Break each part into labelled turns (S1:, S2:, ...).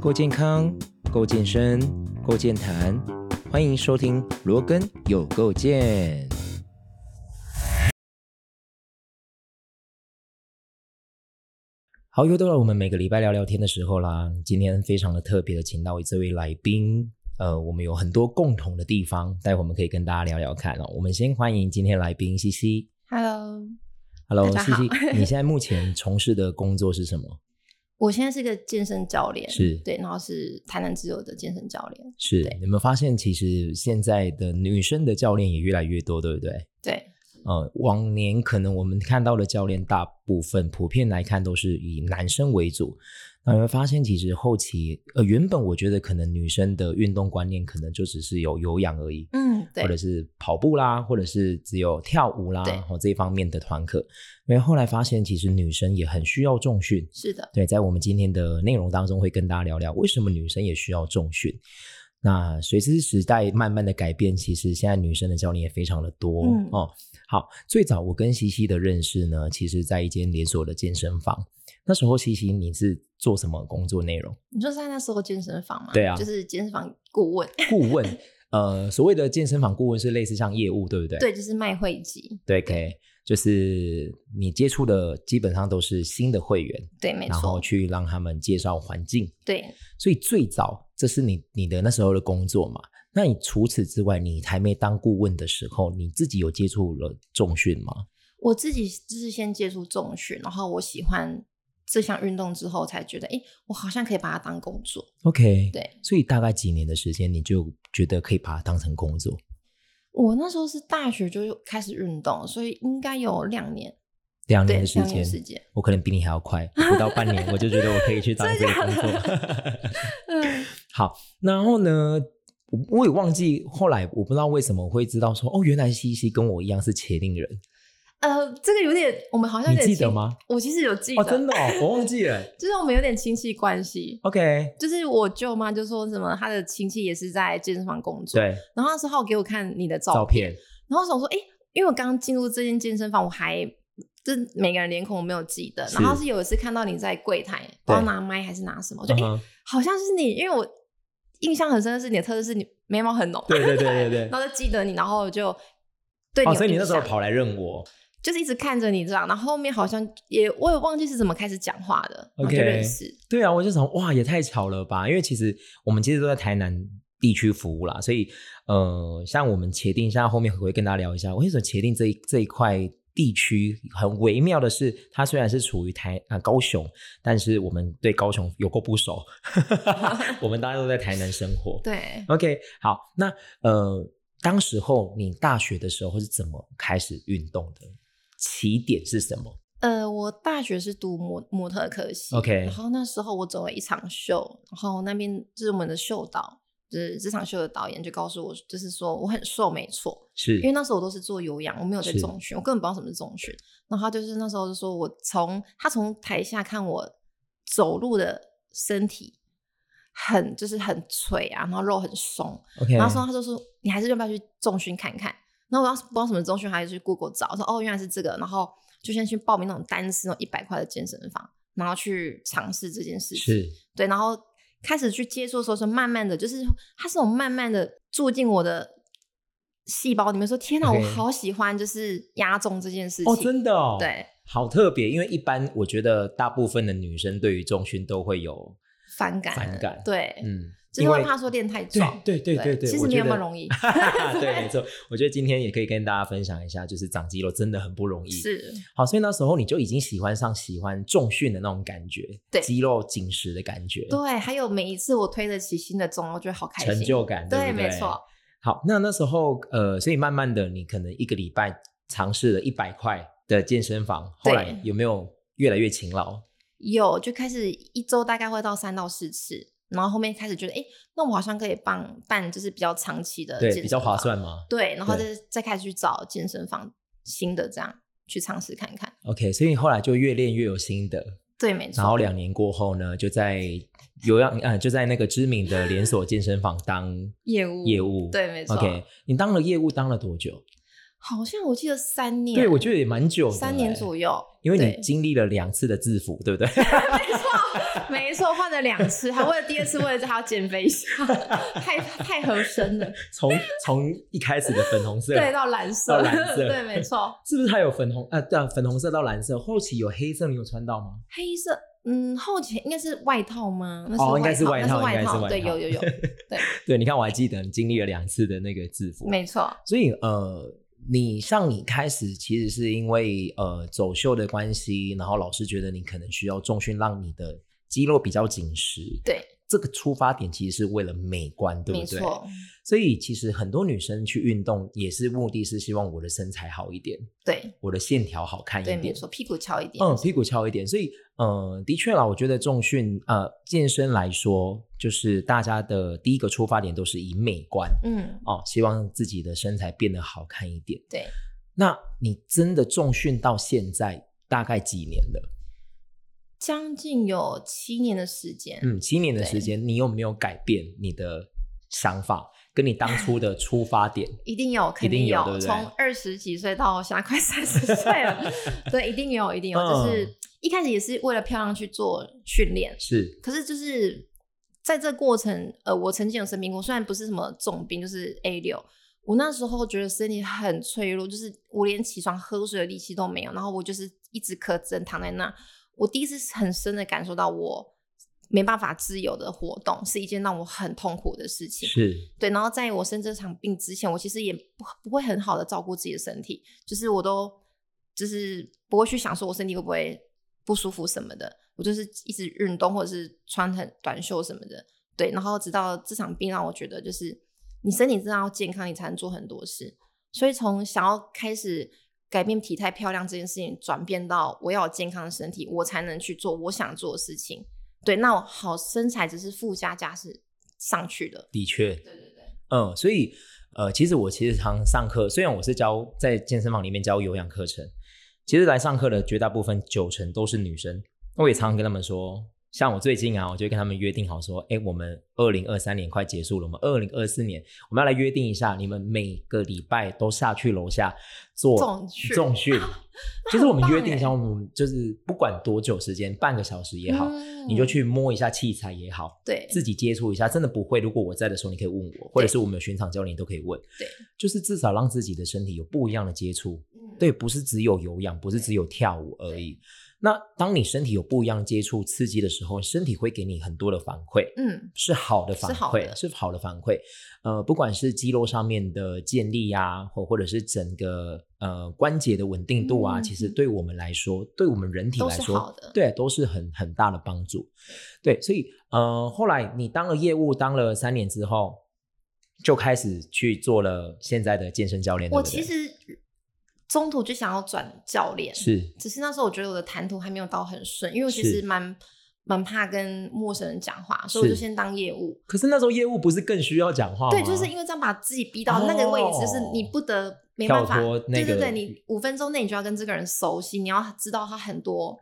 S1: 够健康，够健身，够健谈，欢迎收听罗根有够健。好，又到了我们每个礼拜聊聊天的时候啦。今天非常的特别的，请到这位来宾，呃，我们有很多共同的地方，待会我们可以跟大家聊聊看哦。我们先欢迎今天来宾西西。
S2: Hello，
S1: Hello，
S2: 大
S1: 西
S2: 家好
S1: 西，你现在目前从事的工作是什么？
S2: 我现在是个健身教练，
S1: 是
S2: 对，然后是台南自由的健身教练，
S1: 是
S2: 对
S1: 你有没有发现，其实现在的女生的教练也越来越多，对不对？
S2: 对，
S1: 呃，往年可能我们看到的教练，大部分普遍来看都是以男生为主。那你会发现，其实后期呃，原本我觉得可能女生的运动观念可能就只是有有氧而已，
S2: 嗯，对
S1: 或，者是跑步啦，或者是只有跳舞啦，
S2: 对
S1: 然后这一方面的团课。因为后来发现，其实女生也很需要重训，
S2: 是的，
S1: 对，在我们今天的内容当中，会跟大家聊聊为什么女生也需要重训。那随着时代慢慢的改变，其实现在女生的教练也非常的多、
S2: 嗯
S1: 哦。好，最早我跟西西的认识呢，其实在一间连锁的健身房。那时候西西你是做什么工作内容？
S2: 你说是在那时候健身房吗？
S1: 对啊
S2: 就是健身房顾问，
S1: 顾问。呃，所谓的健身房顾问是类似像业务，对不对？
S2: 对，就是卖会籍，
S1: 对，OK，就是你接触的基本上都是新的会员，
S2: 对，没
S1: 然后
S2: 错，
S1: 去让他们介绍环境，
S2: 对，
S1: 所以最早这是你你的那时候的工作嘛？那你除此之外，你还没当顾问的时候，你自己有接触了重训吗？
S2: 我自己就是先接触重训，然后我喜欢这项运动之后，才觉得，哎，我好像可以把它当工作，
S1: ？OK，，
S2: 对
S1: 所以大概几年的时间，你就觉得可以把它当成工作，
S2: 我那时候是大学就开始运动，所以应该有两年，
S1: 两年
S2: 对
S1: 的，时
S2: 两年
S1: 间
S2: 的。时间，
S1: 我可能比你还要快，不到半年我就觉得我可以去当这个工
S2: 真 的
S1: 作。
S2: 嗯，
S1: 好，然后呢，我我也忘记后来我不知道为什么我会知道说，哦，原来西西跟我一样是茄令人，
S2: 呃，这个有点，我们好像有点
S1: 你记得
S2: 亲
S1: 吗？
S2: 我其实有记得，
S1: 哦，真的哦，我忘记了。
S2: 就是我们有点亲戚关系。
S1: OK，
S2: 就是我舅妈就说什么，她的亲戚也是在健身房工作，
S1: 对，
S2: 然后那时候给我看你的照片，
S1: 照片
S2: 然后我想说，哎、因为我刚进入这间健身房，我还就是每个人脸孔我没有记得，
S1: 是
S2: 然后是有一次看到你在柜台，不知道拿麦还是拿什么，我就哎、
S1: 嗯哼
S2: 好像是你，因为我印象很深的是你的特色是你眉毛很浓，。
S1: 对对对对对
S2: 然后就记得你，然后就对你、
S1: 哦，所以你那时候。跑来认我，
S2: 就是一直看着你这样，然后后面好像也我也忘记是怎么开始讲话的然后
S1: OK
S2: 就认识。
S1: 对啊，我就想哇，也太巧了吧！因为其实我们其实都在台南地区服务啦，所以呃，像我们茄定，像后面会跟大家聊一下，为什么茄定这一这一块地区很微妙的是，它虽然是处于台啊、高雄，但是我们对高雄有够不熟， 我们大家都在台南生活。
S2: 对，
S1: OK，好，那呃，当时候你大学的时候是怎么开始运动的？起点是什么？
S2: 呃，我大学是读模模特科系
S1: OK
S2: 然后那时候我走了一场秀，然后那边就是我们的秀导，就是这场秀的导演就告诉我，就是说我很瘦没错，
S1: 是
S2: 因为那时候我都是做有氧，我没有在
S1: 是
S2: 重训，我根本不知道什么是重训。然后他就是那时候就说我从他从台下看我走路的身体很就是很垂啊，然后肉很松，
S1: OK，
S2: 然后说他就说你还是要不要去重训看看？然后我要是不知道什么重训，还是去 Google 找，说哦原来是这个，然后就先去报名那种单次那种一百块的健身房，然后去尝试这件事情。
S1: 是
S2: 对，然后开始去接触的时候，是慢慢的就是它是我慢慢的住进我的细胞里面，说天哪
S1: OK
S2: 我好喜欢就是压重这件事情。
S1: 哦，真的哦，，
S2: 对，
S1: 好特别，因为一般我觉得大部分的女生对于重训都会有，
S2: 反感，
S1: 反感
S2: 对，
S1: 嗯，
S2: 就是
S1: 因为
S2: 会怕说练太
S1: 对
S2: 壮。
S1: 对对对对，
S2: 其实
S1: 我
S2: 没
S1: 觉
S2: 有那么
S1: 得，
S2: 容易
S1: 对，没错，我觉得今天也可以跟大家分享一下，就是长肌肉真的很不容易，
S2: 是，
S1: 好，所以那时候你就已经喜欢上喜欢重训的那种感觉，
S2: 对
S1: 肌肉紧实的感觉，
S2: 对，还有每一次我推得起新的重，我觉得好开心，
S1: 成就感，
S2: 对
S1: 对，不
S2: 没错。
S1: 好，那那时候呃，所以慢慢的，你可能一个礼拜尝试了一百块的健身房，后
S2: 对
S1: 来有没有越来越勤劳？
S2: 有，就开始一周大概会到三到四次，然后后面开始觉得，哎，那我好像可以办办，就是比较长期的，
S1: 对，比较划。算嘛。
S2: 对，然后
S1: 对
S2: 再再开始去找健身房新的，这样去尝试看看。
S1: OK，所以后来就越练越有心得，
S2: 对，没
S1: 然后
S2: 错，
S1: 两年过后呢，就在有氧啊、就在那个知名的连锁健身房当
S2: 业务
S1: 业务。
S2: 对，没错。
S1: ，OK，你当了业务当了多久？
S2: 好像我记得三年，
S1: 对，我觉得也蛮久的欸，
S2: 三年左右，
S1: 因为
S2: 对
S1: 你经历了两次的制服，对不 对？
S2: 没错，换了两次，还为了第二次为了这还要减肥一下， 太太合身了。
S1: 从从一开始的粉红色，
S2: 对，到蓝色，
S1: 到蓝色
S2: 对，没错，
S1: 是不是还有粉红啊？对啊，粉红色到蓝色，后期有黑色，你有穿到吗？
S2: 黑色，嗯，后期应该是外套吗？那
S1: 哦应该是
S2: 外
S1: 外
S2: 套，
S1: 套
S2: 那
S1: 应该是外
S2: 对，
S1: 套
S2: 有有有，
S1: 对，你看我还记得你经历了两次的那个制服，
S2: 没错，
S1: 所以呃，你像你开始其实是因为呃走秀的关系，然后老师觉得你可能需要重训，让你的肌肉比较紧实。
S2: 对，
S1: 这个出发点其实是为了美观，对
S2: 没
S1: 不对？
S2: 错，
S1: 所以其实很多女生去运动也是目的是希望我的身材好一点，
S2: 对
S1: 我的线条好看一
S2: 对，
S1: 点
S2: 没。错，屁股翘一点，
S1: 嗯，屁股翘一点，所以，呃，的确啦，我觉得重训，呃，健身来说，就是大家的第一个出发点都是以美观
S2: 嗯，
S1: 哦，希望自己的身材变得好看一点。
S2: 对，
S1: 那你真的重训到现在大概几年了？
S2: 将近有七年的时间，
S1: 嗯，七年的
S2: 对
S1: 时间，你有没有改变你的想法，跟你当初的出发 点？
S2: 一定有，肯
S1: 一定
S2: 定
S1: 有对不对
S2: 从二十几岁到现在快三十岁 了，对，一定有，一定有，
S1: 嗯
S2: 就是一开始也是为了漂亮去做训练，
S1: 是
S2: 可是就是在这过程，呃，我曾经有生病过，虽然不是什么重病，就是 A 六。我那时候觉得身体很脆弱，就是我连起床喝水的力气都没有，然后我就是一直咳针躺在那。我第一次很深的感受到，我没办法自由的活动是一件让我很痛苦的事情。
S1: 是，
S2: 对，然后在我生这场病之前，我其实也不不会很好的照顾自己的身体，就是我都就是不会去想说我身体会不会不舒服什么的，我就是一直运动或者是穿很短袖什么的。对，然后直到这场病让我觉得，就是你身体真的要健康，你才能做很多事。所以从想要开始改变体态漂亮这件事情，转变到我要有健康的身体，我才能去做我想做的事情。对，那我好身材只是附加价值上去的。
S1: 的确，
S2: 对对对。
S1: 嗯，所以呃，其实我其实常上课，虽然我是教在健身房里面教有氧课程，其实来上课的绝大部分九成都是女生。我也常常跟他们说，像我最近啊，我就会跟他们约定好说，哎，我们二零二三年快结束了，我们二零二四年我们要来约定一下，你们每个礼拜都下去楼下做
S2: 重训
S1: 重训
S2: 那
S1: 就是我们
S2: 很棒
S1: 约定一下，
S2: 欸
S1: 我们就是不管多久时间，半个小时也好，
S2: 嗯
S1: 你就去摸一下器材也好，
S2: 对
S1: 自己接触一下，真的不会。如果我在的时候，你可以问我，或者是我们有巡场教练都可以问。
S2: 对，
S1: 就是至少让自己的身体有不一样的接触。
S2: 嗯
S1: 对，不是只有有氧，不是只有跳舞而已。那当你身体有不一样的接触刺激的时候，身体会给你很多的反馈。
S2: 嗯
S1: 是好的反
S2: 是好
S1: 馈，
S2: 的
S1: 是好的反馈。呃，不管是肌肉上面的建立啊，或或者是整个呃关节的稳定度啊，
S2: 嗯
S1: 其实对我们来说，对我们人体
S2: 都
S1: 来
S2: 是好
S1: 说
S2: 的，
S1: 对，都是很很大的帮助。对，所以呃，后来你当了业务，当了三年之后，就开始去做了现在的健身教练。
S2: 我
S1: 对不
S2: 其
S1: 对
S2: 实中途就想要转教练，
S1: 是
S2: 只是那时候我觉得我的谈吐还没有到很顺，因为我其
S1: 是
S2: 实蛮蛮怕跟陌生人讲话，所以我就是先当业务。
S1: 可是那时候业务不是更需要讲话吗？
S2: 对，就是因为这样把自己逼到那个位置，就是你不得没办
S1: 哦
S2: 法
S1: 跳脱，那
S2: 对对
S1: 个
S2: 对，你五分钟内你就要跟这个人熟悉，你要知道他很多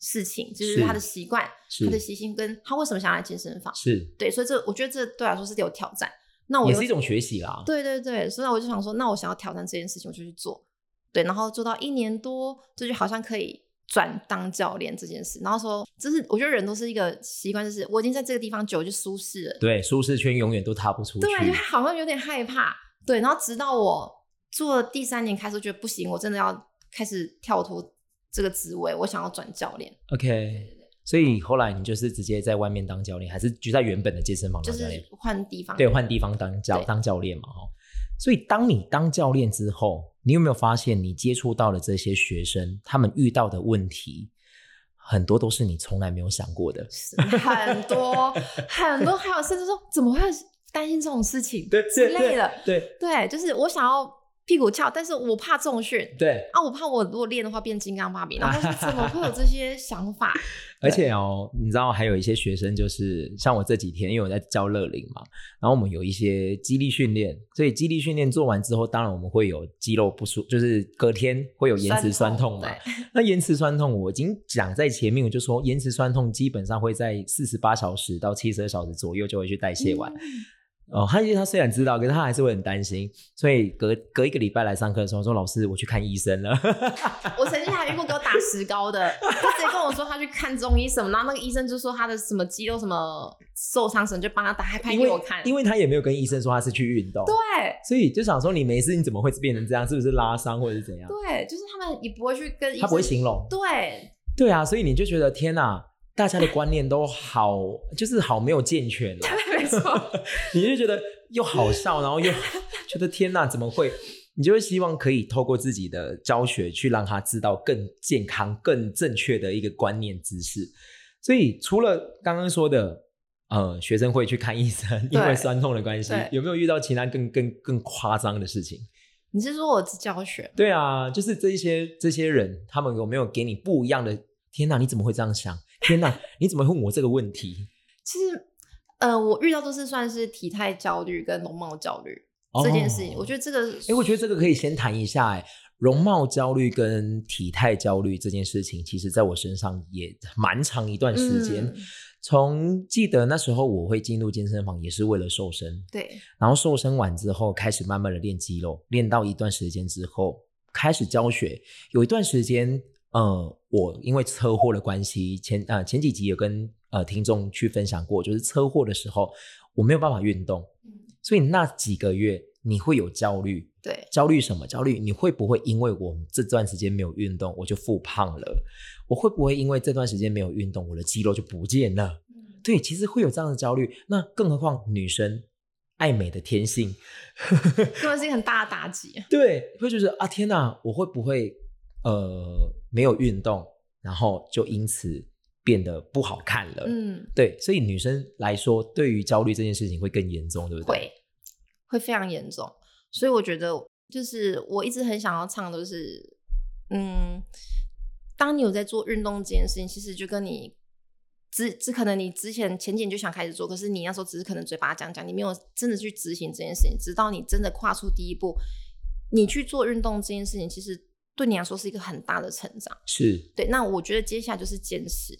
S2: 事情，就是
S1: 是
S2: 他的习惯、
S1: 是
S2: 他的习性跟他为什么想要来健身房。
S1: 是
S2: 对，所以这我觉得这对我来说是有挑战。那我
S1: 也
S2: 又
S1: 是一种学习啦。
S2: 对对对，所以我就想说，那我想要挑战这件事情，我就去做。对，然后做到一年多，这就好像可以转当教练这件事。然后说，就是我觉得人都是一个习惯，就是我已经在这个地方久就舒适了，
S1: 对，舒适圈永远都踏不出去。
S2: 对，啊就好像有点害怕。对，然后直到我做了第三年开始，我觉得不行，我真的要开始跳脱这个职位，我想要转教练。
S1: OK，所以后来你就是直接在外面当教练，还是就在原本的健身房
S2: 就
S1: 当教
S2: 是
S1: 练？
S2: 换地方，
S1: 对，换地方当教
S2: 对
S1: 当教练嘛，哦。所以当你当教练之后，你有没有发现你接触到的这些学生，他们遇到的问题，很多都是你从来没有想过的。
S2: 很多很多，还有甚至说怎么会担心这种事情之类的，
S1: 对
S2: 对，就是我想要屁股翘，但是我怕重训
S1: 对，
S2: 啊，我怕我如果练的话变金刚芭比，然后就是怎么会有这些想法？
S1: 而且哦，你知道还有一些学生，就是像我这几天，因为我在教乐龄嘛，然后我们有一些肌力训练，所以肌力训练做完之后，当然我们会有肌肉不舒，就是隔天会有延迟酸痛嘛。
S2: 对
S1: 那延迟酸痛，我已经讲在前面，我就说
S2: 嗯
S1: 延迟酸痛基本上会在四十八小时到七十二小时左右就会去代谢完。哦，他因为他虽然知道，可是他还是会很担心，所以隔隔一个礼拜来上课的时候说：“老师，我去看医生了。
S2: 我曾经还遇过给我打石膏的，他直接跟我说他去看中医什么，然后那个医生就说他的什么肌肉什么受伤什么，就帮他打开”拍
S1: 因
S2: 给
S1: 为
S2: 我看。
S1: 因为他也没有跟医生说他是去运动，
S2: 对
S1: 所以就想说你没事你怎么会变成这样？是不是拉伤或者是怎样？
S2: 对，就是他们也不会去跟医
S1: 他
S2: 生
S1: 不会形容。
S2: 对
S1: 对啊，所以你就觉得天哪，大家的观念都好，就是好没有健全哦。
S2: 对，没错，
S1: 你就觉得又好笑，然后 又觉得天哪，怎么会？你就会希望可以透过自己的教学去让他知道更健康、更正确的一个观念知识。所以除了刚刚说的，呃，学生会去看医生，因为
S2: 对
S1: 酸痛的关系
S2: 对，
S1: 有没有遇到其他更更更夸张的事情？
S2: 你是说我教学？
S1: 对啊，就是这一些这些人，他们有没有给你不一样的？天哪，你怎么会这样想？天哪，你怎么会问我这个问题？
S2: 其实，呃，我遇到都是算是体态焦虑跟容貌焦虑、这件事情，
S1: 哦
S2: 我觉得这个，
S1: 哎、我觉得这个可以先谈一下、哎，容貌焦虑跟体态焦虑这件事情，其实在我身上也蛮长一段时间。
S2: 嗯
S1: 从记得那时候我会进入健身房，也是为了瘦身，
S2: 对，
S1: 然后瘦身完之后，开始慢慢的练肌肉，练到一段时间之后，开始教学。有一段时间，呃，我因为车祸的关系，前呃前几集有跟呃听众去分享过，就是车祸的时候我没有办法运动，所以那几个月你会有焦虑，
S2: 对，
S1: 焦虑什么？焦虑你会不会因为我这段时间没有运动，我就复胖了？我会不会因为这段时间没有运动，我的肌肉就不见了？
S2: 嗯
S1: 对，其实会有这样的焦虑。那更何况女生爱美的天性，
S2: 这个是一个很大的打击。
S1: 对，会就是啊，天哪，我会不会呃没有运动，然后就因此变得不好看了？
S2: 嗯，
S1: 对，所以女生来说，对于焦虑这件事情会更严重，对不对？
S2: 会会非常严重。所以我觉得，就是我一直很想要唱的就是，嗯，当你有在做运动这件事情，其实就跟你之只可能你之前前几年就想开始做，可是你那时候只是可能嘴巴讲讲，你没有真的去执行这件事情，直到你真的跨出第一步，你去做运动这件事情，其实对你来说是一个很大的成长。
S1: 是
S2: 对，那我觉得接下来就是坚持。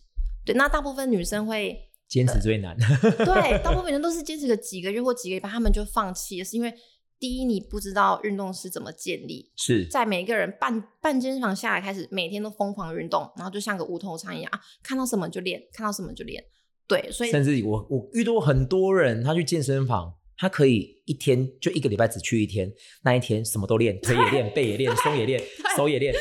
S2: 对，那大部分女生会
S1: 坚持最难。
S2: 对，大部分人都是坚持个几个月或几个礼拜，他们就放弃了，是因为第一，你不知道运动是怎么建立。
S1: 是
S2: 在每一个人半半健身房下来，开始每天都疯狂运动，然后就像个无头苍蝇一样啊，看到什么就练，看到什么就练。对，所以
S1: 甚至我我遇到很多人，他去健身房，他可以一天就一个礼拜只去一天，那一天什么都练，腿也练，背也 练， 胸也练，手也练。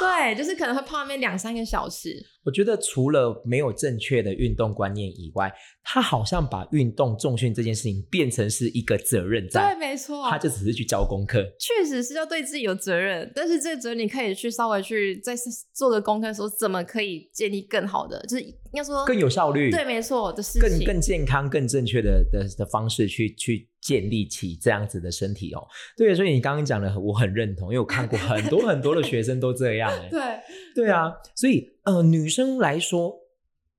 S2: 对，就是可能会泡那边两三个小时。
S1: 我觉得除了没有正确的运动观念以外，他好像把运动重训这件事情变成是一个责任
S2: 对，
S1: 在，
S2: 没错，
S1: 他就只是去交功课。
S2: 确实是要对自己有责任，但是这个责任你可以去稍微去再做个功课，说怎么可以建立更好的，就是应该说
S1: 更有效率，
S2: 对，没错的事
S1: 更
S2: 情。
S1: 更健康、更正确的的的方式去去建立起这样子的身体哦。对，所以你刚刚讲的我很认同，因为我看过很多很多的学生都这样、哎。
S2: 对，
S1: 对啊，所以呃，女生来说，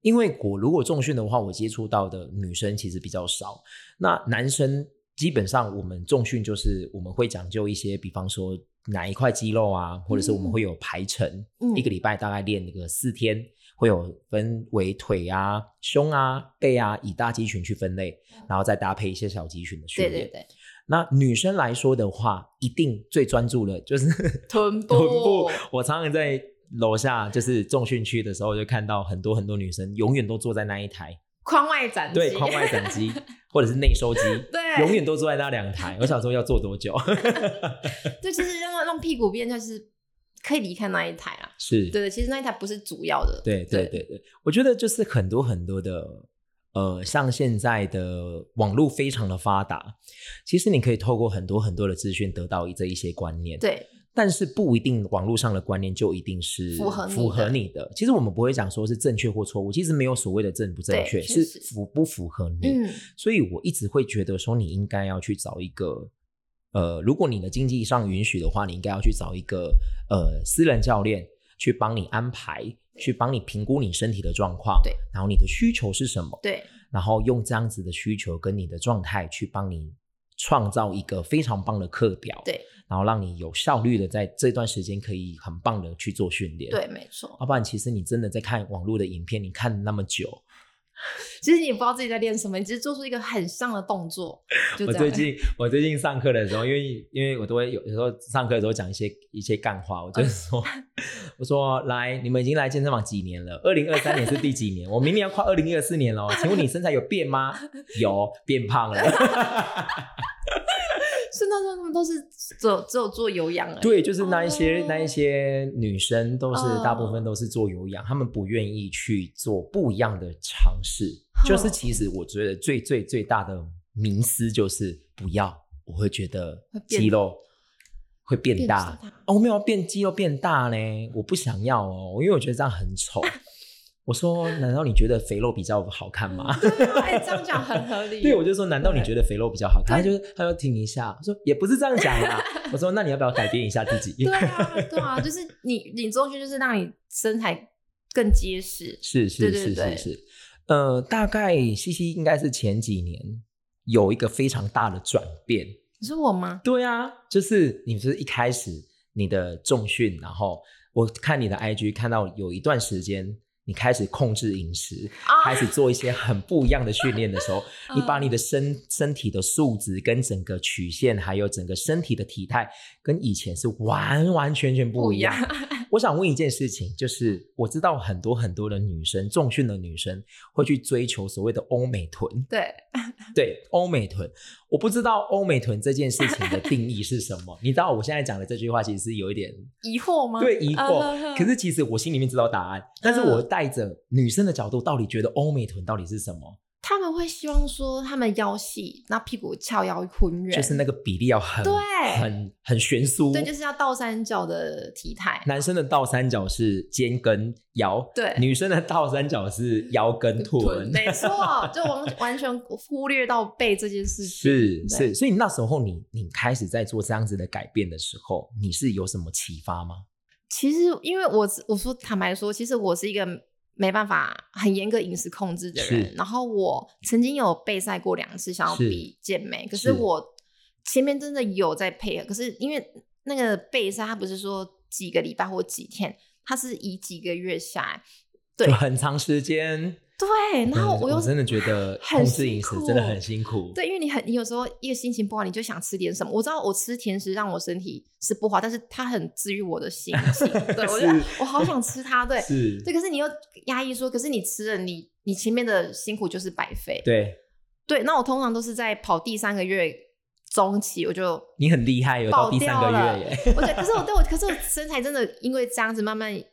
S1: 因为我如果重训的话，我接触到的女生其实比较少。那男生基本上我们重训就是我们会讲究一些，比方说哪一块肌肉啊，或者是我们会有排程，
S2: 嗯
S1: 一个礼拜大概练那个四天，会有分为腿啊、胸啊、背啊，以大肌群去分类，然后再搭配一些小肌群的训
S2: 嗯对
S1: 练。
S2: 对对。
S1: 那女生来说的话，一定最专注的就是
S2: 臀部
S1: 臀部。 我常常在楼下就是重训区的时候，就看到很多很多女生永远都坐在那一台，
S2: 髋外展
S1: 对，
S2: 肌
S1: 髋外展肌或者是内收肌，
S2: 对
S1: 永远都坐在那两台。我想说要坐多久？
S2: 对，就是让让屁股变，就是可以离开那一台啦。
S1: 是，
S2: 对对，其实那一台不是主要的。
S1: 对对对对，我觉得就是很多很多的，呃，像现在的网络非常的发达，其实你可以透过很多很多的资讯得到这一些观念。
S2: 对
S1: 但是不一定网络上的观念就一定是
S2: 符合你的
S1: 符合你的。其实我们不会讲说是正确或错误，其实没有所谓的正不正确，
S2: 对确
S1: 是
S2: 实
S1: 符不符合你。
S2: 嗯，
S1: 所以我一直会觉得说，你应该要去找一个，呃，如果你的经济上允许的话，你应该要去找一个呃私人教练去帮你安排，去帮你评估你身体的状况，
S2: 对，
S1: 然后你的需求是什么，
S2: 对
S1: 然后用这样子的需求跟你的状态去帮你创造一个非常棒的课表，
S2: 对
S1: 然后让你有效率的在这段时间可以很棒的去做训练。啊
S2: 对，，没错。
S1: 要不然其实你真的在看网络的影片，你看那么久，
S2: 其实你也不知道自己在练什么，你只是做出一个很像的动作，就
S1: 我
S2: 这
S1: 最
S2: 样。
S1: 近我最近上课的时候，因为因为我都会有有时候上课的时候讲一些一些干话，
S2: 嗯
S1: 我就说 我说来，你们已经来健身房几年了？二零二三年是第几年？我明年要跨二零二四年了，哦请问你身材有变 吗？有，变胖了。
S2: 是那时候他们都是只有只有做有氧而已。
S1: 对，就是那一些、
S2: 哦
S1: 那一些女生都是、
S2: 嗯
S1: 大部分都是做有氧，她们不愿意去做不一样的尝试。就是
S2: 哼
S1: 其实我觉得最最最大的迷思就是不要，我会觉得
S2: 会变
S1: 肌肉会变
S2: 变
S1: 大。
S2: 大
S1: 哦，没有变肌肉变大呢，我不想要哦，因为我觉得这样很 丑。我说，难道你觉得肥肉比较好看吗？
S2: 对啊，哎、这样讲很合理。
S1: 对，我就说，难道你
S2: 对
S1: 觉得肥肉比较好看？他就他就停一下，我说也不是这样讲啦。我说，那你要不要改变一下自己？
S2: 对啊，对啊，就是你你做去就是让你身材更结实。
S1: 是是
S2: 对对
S1: 是是
S2: 对
S1: 是，呃，大概西西应该是前几年有一个非常大的转变。
S2: 你说我吗？
S1: 对啊，就是你就是一开始你的重训，然后我看你的 IG 看到有一段时间。你开始控制饮食，
S2: 啊
S1: 开始做一些很不一样的训练的时候，你把
S2: 嗯
S1: 你的身身体的素质跟整个曲线，还有整个身体的体态，跟以前是完完全全不一样。我想问一件事情，就是我知道很多很多的女生，重训的女生会去追求所谓的欧美臀，
S2: 对，
S1: 对，欧美臀。我不知道欧美臀这件事情的定义是什么。 你知道我现在讲的这句话其实是有一点
S2: 疑惑吗？
S1: 对疑
S2: 啊呵
S1: 惑，
S2: 呵
S1: 可是其实我心里面知道答案，但
S2: 嗯
S1: 是我带着女生的角度，到底觉得欧美臀到底是什么？
S2: 他们会希望说他们腰细，那屁股翘腰浑圆，
S1: 就是那个比例要很
S2: 对
S1: 很很悬殊，
S2: 对，就是要倒三角的体态。
S1: 男生的倒三角是肩跟腰，
S2: 对
S1: 女生的倒三角是腰跟臀，
S2: 没错，就完完全忽略到背这件事情。
S1: 是
S2: 对
S1: 是，所以那时候你你开始在做这样子的改变的时候，你是有什么启发吗？
S2: 其实，因为我我说坦白说，其实我是一个没办法很严格饮食控制的
S1: 是
S2: 人。然后我曾经有备赛过两次，想要
S1: 是
S2: 比健美，可
S1: 是
S2: 是我前面真的有在配合，可是因为那个备赛，它不是说几个礼拜或几天，它是以几个月下来。对
S1: 就很长时间。
S2: 对，然后
S1: 嗯
S2: 我又
S1: 我真的觉得
S2: 很
S1: 控制
S2: 辛
S1: 饮食
S2: 苦
S1: 真的很辛苦。
S2: 对，因为你很，你有时候一个心情不好，你就想吃点什么。我知道我吃甜食让我身体是不好，但是它很治愈我的心 情。对，我觉得
S1: 是
S2: 我好想吃它。对，
S1: 是，
S2: 对，可是你又压抑说，可是你吃了你你前面的辛苦就是白费。
S1: 对
S2: 对那我通常都是在跑第三个月中期，我就
S1: 你很厉害，有到
S2: 爆
S1: 第三
S2: 掉
S1: 个
S2: 了。
S1: 月耶。
S2: 我觉得，可是我对我，可是我身材真的因为这样子慢慢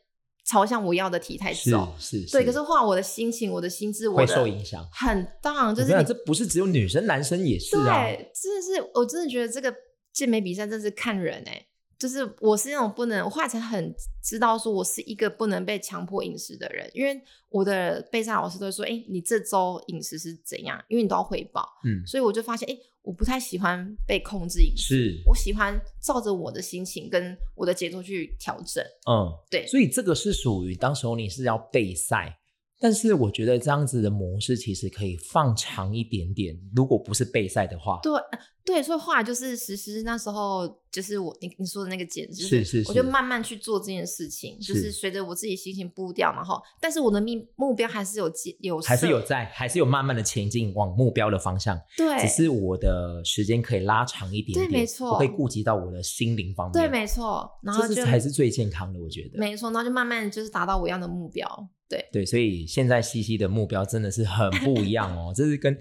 S2: 朝向我要的体态
S1: 是
S2: 走。
S1: 是，
S2: 对，可是后来我的心情、我的心智、我
S1: 会受
S2: 的
S1: 影响。
S2: 很荡，就
S1: 我
S2: 是
S1: 跟你讲
S2: 你
S1: 这不是只有女生，男生也是啊。
S2: 对，真的是，我真的觉得这个健美比赛真是看人哎、就是我是那种不能，我后来才很知道说我是一个不能被强迫饮食的人，因为我的备赛老师都会说，哎、你这周饮食是怎样？因为你都要汇报，
S1: 嗯，
S2: 所以我就发现，哎、我不太喜欢被控制饮食，
S1: 是，
S2: 我喜欢照着我的心情跟我的节奏去调整。
S1: 嗯，
S2: 对
S1: 所以这个是属于当时候你是要备赛，但是我觉得这样子的模式其实可以放长一点点，如果不是备赛的话，
S2: 对对，所以后来就是实施那时候，就是我你你说的那个减脂，
S1: 是是
S2: 我就是慢慢去做这件事情，就是
S1: 是
S2: 随着我自己心情步调，然后，但是我的目目标还是有接有
S1: 还是
S2: 设
S1: 有在，还是有慢慢的前进往目标的方向，
S2: 对，
S1: 只是我的时间可以拉长一点点，
S2: 对没错
S1: 我可以顾及到我的心灵方面，
S2: 对，没错，然后
S1: 这是
S2: 就
S1: 才是最健康的，我觉得。
S2: 没错，然后就慢慢就是达到我要的目标，对，
S1: 对，所以现在西西的目标真的是很不一样哦，这是跟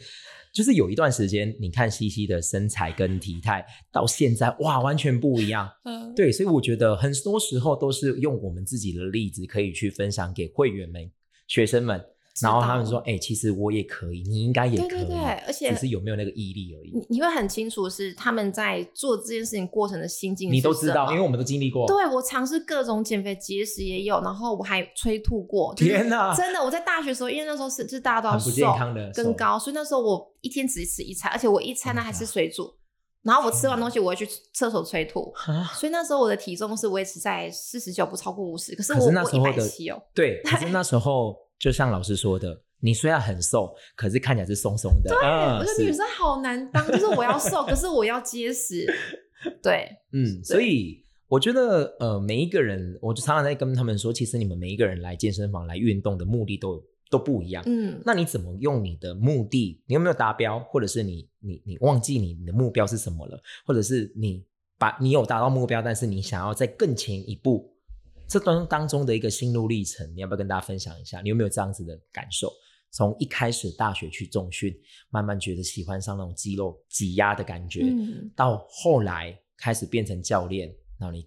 S1: 就是有一段时间，你看西西的身材跟体态，到现在哇完全不一 样，
S2: 嗯，
S1: 对，所以我觉得很多时候都是用我们自己的例子可以去分享给会员们、学生们，然后他们说：“哎、其实我也可以，你应该也可
S2: 对
S1: 以，
S2: 对对，而且
S1: 只是有没有那个毅力而已。
S2: 你你会很清楚是他们在做这件事情过程的心”境，
S1: 你都知道，因为。我们都经历过。
S2: 对，我尝试各种减肥节食也有，然后我还催吐过。就是
S1: 天哪
S2: 真的，我在大学的时候，因为那时候是就是大家都要
S1: 很不健
S2: 瘦
S1: 康的瘦
S2: 跟高，所以那时候我一天只吃一餐，而且我一餐呢还是水煮。然后我吃完东西，我会去厕所催吐，
S1: 啊，
S2: 所以那时候我的体重是维持在四十九，不超过五十。可是
S1: 可
S2: 我
S1: 是那时候
S2: 我
S1: 的
S2: 一百七哦，
S1: 对。可是那时候就像老师说的，你虽然很瘦，可是看起来是松松的。对，
S2: 我觉得女
S1: 啊呃是
S2: 生好难当，就是我要瘦，可是我要 结实。对，
S1: 嗯，所以我觉得呃，每一个人，我就常常在跟他们说，其实你们每一个人来健身房来运动的目的都有都不一样。
S2: 嗯，
S1: 那你怎么用你的目的？你有没有达标？或者是你你你忘记你你的目标是什么了？或者是你把你有达到目标，但是你想要再更前一步，这段当中的一个心路历程，你要不要跟大家分享一下？你有没有这样子的感受？从一开始大学去重训，慢慢觉得喜欢上那种肌肉挤压的感觉，
S2: 嗯
S1: 到后来开始变成教练，然后你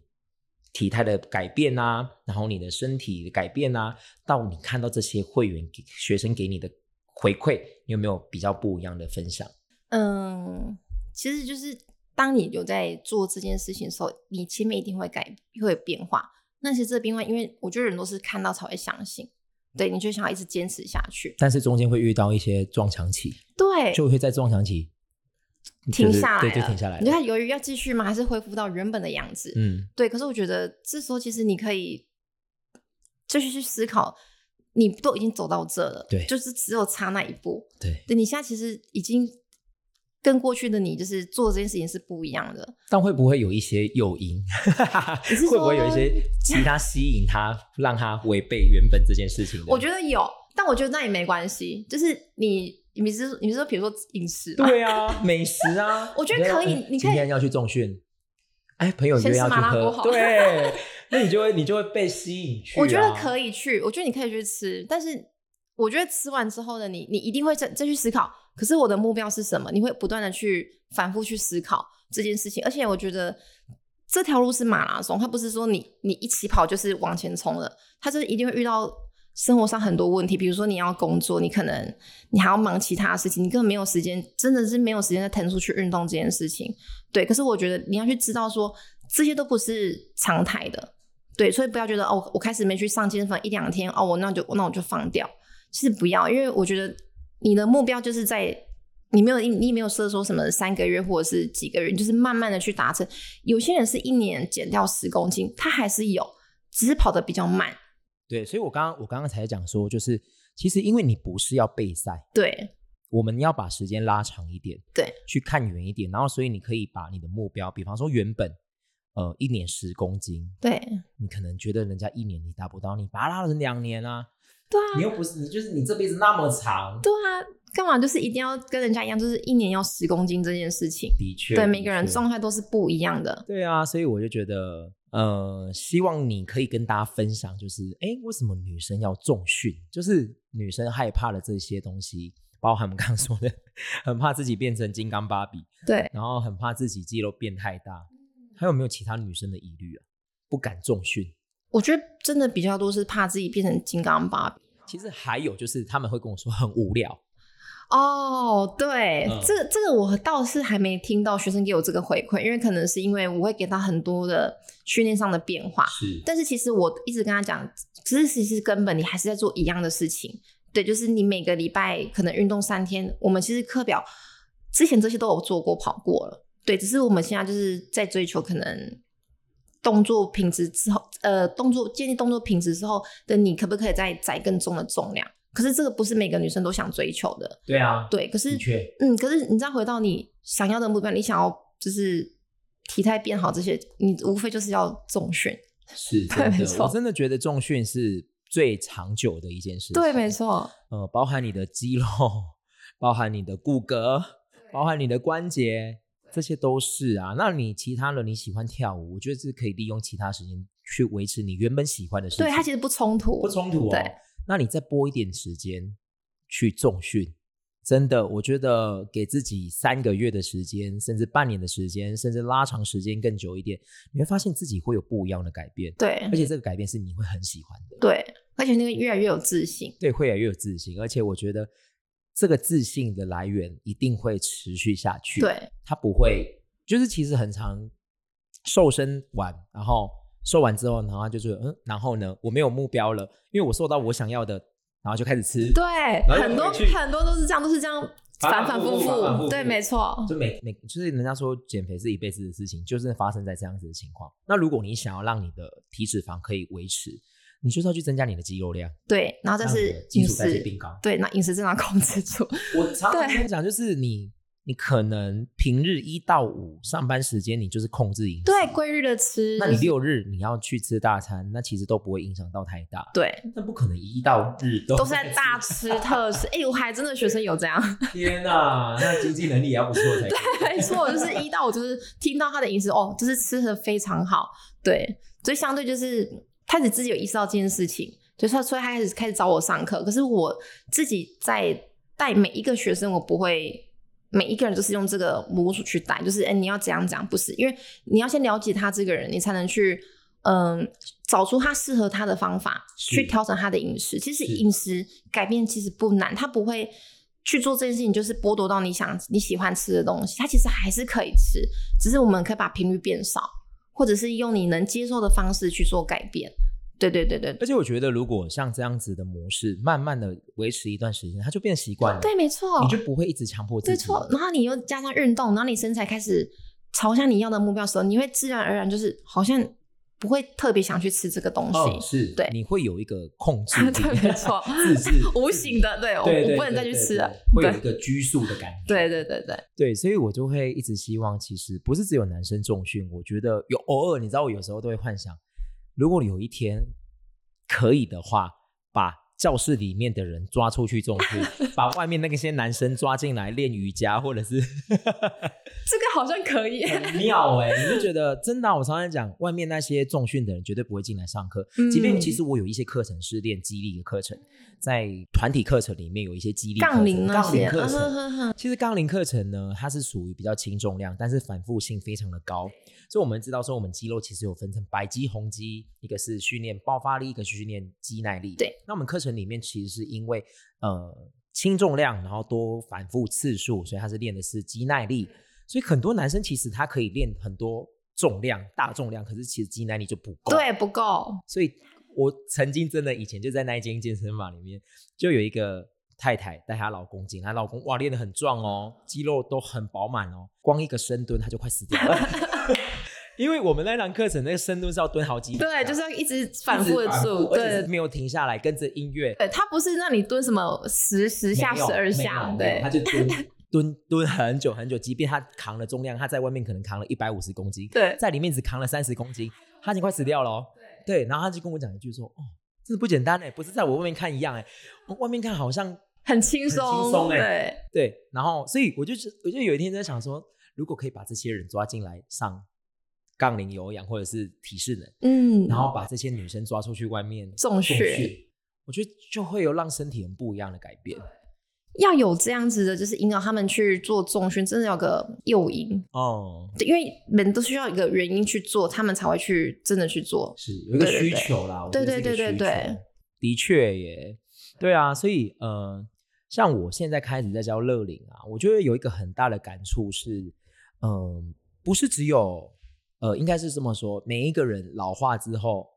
S1: 体态的改变啊，然后你的身体的改变啊，到你看到这些会员给学生给你的回馈，你有没有比较不一样的分享？
S2: 嗯，其实就是当你有在做这件事情的时候，你前面一定会改，会有变化。那其实这个变化，因为我觉得人都是看到才会相信，对，你就想要一直坚持下去，
S1: 但是中间会遇到一些撞墙期，
S2: 对，
S1: 就会在撞墙期
S2: 哎停
S1: 就是
S2: 下来
S1: 对，
S2: 了，
S1: 就停下来
S2: 你就
S1: 了。
S2: 看犹豫要继续吗？还是恢复到原本的样子？
S1: 嗯，
S2: 对，可是我觉得这时候其实你可以就是去思考，你都已经走到这了，
S1: 对
S2: 就是只有差那一步。
S1: 对。
S2: 对你现在其实已经跟过去的你，就是做这件事情是不一样的。
S1: 但会不会有一些诱因？
S2: 你是
S1: 会不会有一
S2: 说
S1: 些其他吸引他，让他违背原本这件事情的？
S2: 我觉得有，但我觉得那也没关系。就是你，你是你是说，比如说饮 食嘛，
S1: 对啊，美食啊，
S2: 我觉得可以你可以
S1: 今天要去重训，哎，朋友约要去
S2: 先吃麻辣锅
S1: 喝，
S2: 好 了
S1: 对，那你就会你就会被吸引去、啊。
S2: 我觉得可
S1: 以，
S2: 以去，我觉得你可以去吃，但是我觉得吃完之后呢，你你一定会再再去思考。可是我的目标是什么？你会不断的去反复去思考这件事情，而且我觉得这条路是马拉松，它不是说你你一起跑就是往前冲了，它就是一定会遇到生活上很多问题，比如说你要工作，你可能你还要忙其他事情，你根本没有时间，真的是没有时间再腾出去运动这件事情。对，可是我觉得你要去知道说这些都不是常态的，对，所以不要觉得哦，我开始没去上健身房一两天，哦，我那就那我就放掉。其实不要，因为我觉得你的目标就是在你没有你你没有设说什么三个月或者是几个月，你就是慢慢的去达成。有些人是一年减掉十公斤，他还是有，只是跑得比较慢。
S1: 对，所以我刚刚我刚刚才讲说，就是其实因为你不是要备赛，
S2: 对
S1: 我们要把时间拉长一点，
S2: 对，
S1: 去看远一点，然后所以你可以把你的目标，比方说原本呃一年十公斤，
S2: 对
S1: 你可能觉得人家一年你达不到，你把它拉成两年啊，
S2: 对啊
S1: 你，又不是你就是你这辈子那么长，
S2: 对啊，干嘛就是一定要跟人家一样，就是一年要十公斤这件事情？
S1: 的确，
S2: 对，每个人
S1: 的确
S2: 状态都是不一样的。
S1: 对啊，所以我就觉得，呃，希望你可以跟大家分享，就是，哎，为什么女生要重训？就是女生害怕的这些东西，包含我们刚刚说的，很怕自己变成金刚芭比，
S2: 对，
S1: 然后很怕自己肌肉变太大，还有没有其他女生的疑虑啊？不敢重训。
S2: 我觉得真的比较多是怕自己变成金刚芭比。
S1: 其实还有就是，他们会跟我说很无聊，
S2: 哦，对，
S1: 嗯
S2: 这这个我倒是还没听到学生给我这个回馈，因为可能是因为我会给他很多的训练上的变化，
S1: 是
S2: 但是其实我一直跟他讲，其实其实根本你还是在做一样的事情，对，就是你每个礼拜可能运动三天，我们其实课表之前这些都有做过跑过了，对，只是我们现在就是在追求可能动作品质之后，呃，动作建立动作品质之后的你可不可以再载更重的重量？可是这个不是每个女生都想追求的，
S1: 对啊，
S2: 对，可是
S1: 的确，
S2: 嗯，可是你再回到你想要的目标，你想要就是体态变好这些，你无非就是要重训。
S1: 是
S2: 对
S1: 真
S2: 没
S1: 的，
S2: 错
S1: 我真的觉得重训是最长久的一件事情。
S2: 对，没错，
S1: 呃，包含你的肌肉，包含你的骨骼，包含你的关节，这些都是啊。那你其他的你喜欢跳舞，我觉得是可以利用其他时间去维持你原本喜欢的事情，
S2: 对它其实不冲突，
S1: 不冲突哦
S2: 对。
S1: 那你再拨一点时间去重训，真的，我觉得给自己三个月的时间，甚至半年的时间，甚至拉长时间更久一点，你会发现自己会有不一样的改变，
S2: 对
S1: 而且这个改变是你会很喜欢的。
S2: 对，而且那个越来越有自信。
S1: 对，会越来越有自信，而且我觉得这个自信的来源一定会持续下去。，
S2: 对
S1: 它不会，就是其实很常瘦身完，然后瘦完之后，然后就是嗯，然后呢，我没有目标了，因为我瘦到我想要的，然后就开始吃，
S2: 对，
S1: 然后又
S2: 很多
S1: 回去
S2: 很多都是这样，都是这样
S1: 反
S2: 反
S1: 反
S2: 反
S1: 复复
S2: 复
S1: 反反复复
S2: 对，没错，
S1: 就每每就是人家说减肥是一辈子的事情，就是发生在这样子的情况。那如果你想要让你的体脂肪可以维持，你就是要去增加你的肌肉量，
S2: 对。然后再
S1: 让你
S2: 是
S1: 的基
S2: 饮
S1: 础代谢
S2: 食，
S1: 变高。
S2: 对，那饮食正常控制住，
S1: 我常常
S2: 对
S1: 跟你讲，就是你你可能平日一到五上班时间你就是控制饮食，
S2: 对，规律的吃，
S1: 那你六日你要去吃大餐，那其实都不会影响到太大。
S2: 对，
S1: 但不可能一到日都
S2: 嗯都是在大吃特吃。哎、我还真的学生有这样，
S1: 天呐，那经济能力也要不错才对。
S2: 没错，我就是一到我就是听到他的饮食，哦，就是吃的非常好，对，所以相对就是开始自己有意识到这件事情，就是他所以他开始开始找我上课，可是我自己在带每一个学生，我不会。每一个人就是用这个模组去带，就是哎、你要怎样讲，不是因为你要先了解他这个人，你才能去嗯找出他适合他的方法，
S1: 是
S2: 去调整他的饮食。其实
S1: 是
S2: 饮食改变其实不难，他不会去做这件事情，就是剥夺到你想你喜欢吃的东西，他其实还是可以吃，只是我们可以把频率变少，或者是用你能接受的方式去做改变。对对对对对，
S1: 而且我觉得，如果像这样子的模式，慢慢的维持一段时间，它就变习惯了，
S2: 对，没错，
S1: 啊你就不会一直强迫自
S2: 对
S1: 己。哦
S2: 错，然后你又加上运动，然后你身材开始朝向你要的目标的时候，你会自然而然就是好像不会特别想去吃这个东西，
S1: 哦，是，
S2: 对
S1: 你会有一个控制力，
S2: 对没错
S1: 自制，
S2: 无形的，对我
S1: 对，对
S2: 我不能再去吃了，
S1: 对对会有
S2: 对
S1: 一个拘束的感觉。
S2: 对对对对，
S1: 对，所以我就会一直希望，其实不是只有男生重训，我觉得有偶尔，你知道，我有时候都会幻想，如果有一天可以的话，把教室里面的人抓出去重训，把外面那个些男生抓进来练瑜伽，或者是
S2: 这个好像可以，
S1: 很妙哎、你就觉得真的啊、我常常讲，外面那些重训的人绝对不会进来上课。即便
S2: 嗯
S1: 其实我有一些课程是练肌力的课程，在团体课程里面有一些肌力课
S2: 杠
S1: 程
S2: 铃那
S1: 杠铃
S2: 些，
S1: 课
S2: 嗯
S1: 程
S2: 哼，哼哼，
S1: 其实杠铃课程呢，它是属于比较轻重量，但是反复性非常的高。所以我们知道说，我们肌肉其实有分成白肌、红肌，一个是训练爆发力，一个是训练肌耐力。
S2: 对，
S1: 那我们课程里面其实是因为呃轻重量，然后多反复次数，所以它是练的是肌耐
S2: 嗯
S1: 力。所以很多男生其实他可以练很多重量、大重量，可是其实肌耐力就不够。
S2: 对，不够，
S1: 所以我曾经真的以前就在那一间健身房里面，就有一个太太带她老公进，她老公哇练得很壮哦，肌肉都很饱满哦，光一个深蹲她就快死掉了。 因为我们那堂课程那个深蹲是要蹲好几，啊
S2: 对，就是要一直反复的做，
S1: 而且
S2: 对
S1: 是没有停下来，跟着音乐
S2: 对，它不是让你蹲什么十十下、
S1: 没有
S2: 十二
S1: 没
S2: 下
S1: 有，没有
S2: 对
S1: 他就蹲 蹲蹲很久很久，即便他扛了重量，他在外面可能扛了一百五十公斤，
S2: 对
S1: 在里面只扛了三十公斤，他已经快死掉了、哦。对，然后他就跟我讲一句说：“哦，这不简单哎，不是在我外面看一样哎，我外面看好像
S2: 很轻
S1: 很轻松
S2: 松，
S1: 欸
S2: 对，
S1: 对。”然后，所以我就是，我就有一天在想说，如果可以把这些人抓进来上杠铃有氧或者是体适能，
S2: 嗯，
S1: 然后把这些女生抓出去外面
S2: 重
S1: 重
S2: 训。
S1: 训，我觉得就会有让身体很不一样的改变
S2: 要有这样子的，就是引导他们去做重训，真的有个诱因，
S1: 哦。
S2: 对因为人都需要一个原因去做，他们才会去真的去做。
S1: 是有一个
S2: 对对
S1: 需
S2: 对
S1: 求啦，我
S2: 对
S1: 觉得是一个
S2: 对对
S1: 需
S2: 对
S1: 求
S2: 对，
S1: 的确耶，对啊，所以呃，像我现在开始在教乐龄啊，我觉得有一个很大的感触是，嗯、不是只有呃，应该是这么说，每一个人老化之后，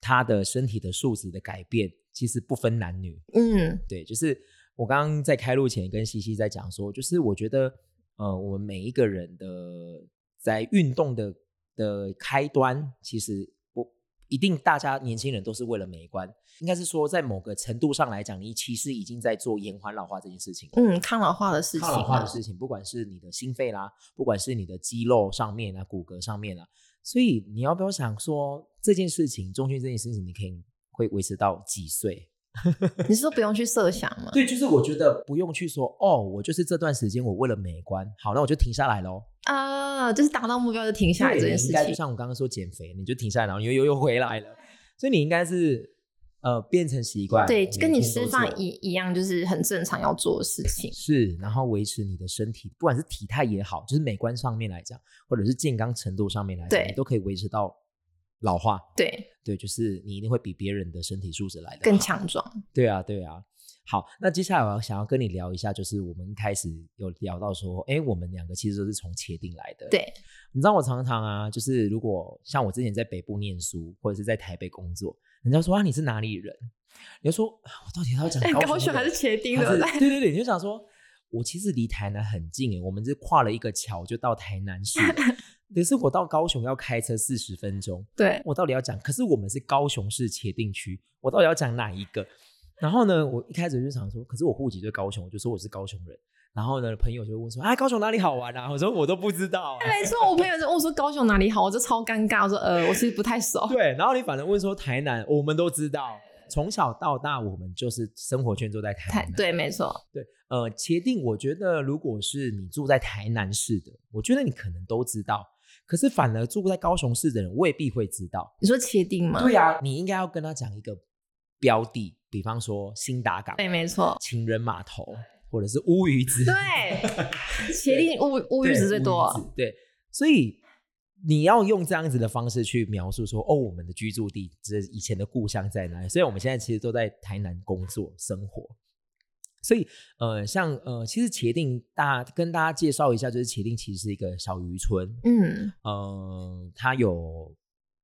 S1: 他的身体的素质的改变，其实不分男女，
S2: 嗯，
S1: 对，就是我刚刚在开录前跟西西在讲说，就是我觉得，呃，我们每一个人的在运动的的开端，其实不一定大家年轻人都是为了美观，应该是说在某个程度上来讲，你其实已经在做延缓老化这件事情了。
S2: 嗯，抗老化的事情
S1: 抗
S2: 啊，
S1: 老化的事情，不管是你的心肺啦，不管是你的肌肉上面啊、骨骼上面啊，所以你要不要想说这件事情，中训这件事情，你可以会维持到几岁？
S2: 你是说不用去设想吗？
S1: 对，就是我觉得不用去说哦，我就是这段时间我为了美观，好，那我就停下来喽。
S2: 啊，就是达到目标就停下来这件
S1: 你
S2: 事
S1: 应该就
S2: 情。
S1: 像我刚刚说减肥，你就停下来，然后你又又又回来了，所以你应该是呃变成习惯，
S2: 对，
S1: 每
S2: 跟你
S1: 天都
S2: 吃饭
S1: 做
S2: 一一样，就是很正常要做的事情。
S1: 是，然后维持你的身体，不管是体态也好，就是美观上面来讲，或者是健康程度上面来讲，
S2: 对
S1: 你都可以维持到老化。
S2: 对，
S1: 对，就是你一定会比别人的身体素质来的
S2: 更强壮。
S1: 对啊，对啊。好，那接下来我要想要跟你聊一下，就是我们一开始有聊到说，哎，我们两个其实都是从茄定来的。，
S2: 对，
S1: 你知道我常常啊，就是如果像我之前在北部念书，或者是在台北工作，人家说啊你是哪里人，你就说啊我到底要讲高
S2: 哎高雄还
S1: 人
S2: 是茄丁
S1: 还
S2: 的，
S1: 是对对对，你就想说，我其实离台南很近诶，我们是跨了一个桥就到台南 市了，可是我到高雄要开车四十分钟，
S2: 对，
S1: 我到底要讲？可是我们是高雄市茄定区，我到底要讲哪一个？然后呢，我一开始就想说，可是我户籍就高雄，我就说我是高雄人。然后呢，朋友就会问说：“啊，高雄哪里好玩啊？”我说：“我都不知道、啊。”
S2: 没错，我朋友就问我说高雄哪里好，我就超尴尬，我说呃，我其实不太熟。
S1: 对，然后你反正问说台南，我们都知道，从小到大我们就是生活圈都在台
S2: 太
S1: 南。
S2: 对，没错，
S1: 对，呃，茄定，我觉得如果是你住在台南市的，我觉得你可能都知道，可是反而住在高雄市的人未必会知道。
S2: 你说茄定吗？
S1: 对啊，你应该要跟他讲一个标的，比方说新达港、
S2: 对，没错，
S1: 情人码头，或者是乌鱼子。
S2: 对，茄定乌乌鱼子最多。
S1: 对乌鱼子对，所以你要用这样子的方式去描述说，哦，我们的居住地，这以前的故乡在哪里？所以我们现在其实都在台南工作生活。所以，呃，像呃，其实茄定大跟大家介绍一下，就是茄定其实是一个小渔村，
S2: 嗯，
S1: 呃，它有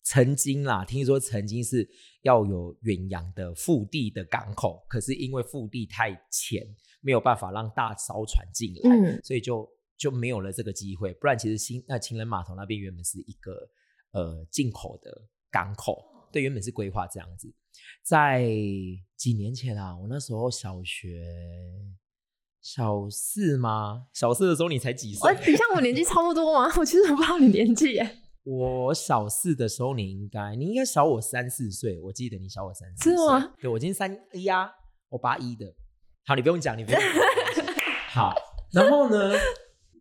S1: 曾经啦，听说曾经是要有远洋的腹地的港口，可是因为腹地太浅，没有办法让大艘船进来，
S2: 嗯
S1: 所以就就没有了这个机会。不然，其实新那情人码头那边原本是一个呃进口的港口，对，原本是规划这样子。在几年前啊，我那时候小学小四吗？小四的时候你才几岁？
S2: 我哎你像我年纪差不多啊 吗？我其实我不知道你年纪耶，
S1: 我小四的时候，你应该你应该小我三四岁，我记得你小我三四岁。
S2: 真的吗？
S1: 对，我今天三一呀，我八一的。好，你不用讲，你不用讲。没 关系好，然后呢？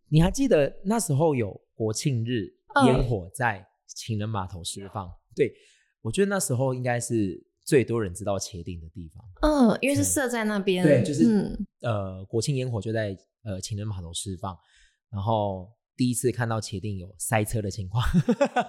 S1: 你还记得那时候有国庆日
S2: 嗯
S1: 烟火在情人码头释放？对，我觉得那时候应该是最多人知道茄定的地方。
S2: 嗯，因为是设在那边，
S1: 对就是
S2: 嗯，
S1: 呃，国庆烟火就在呃情人码头释放，然后第一次看到茄定有塞车的情况，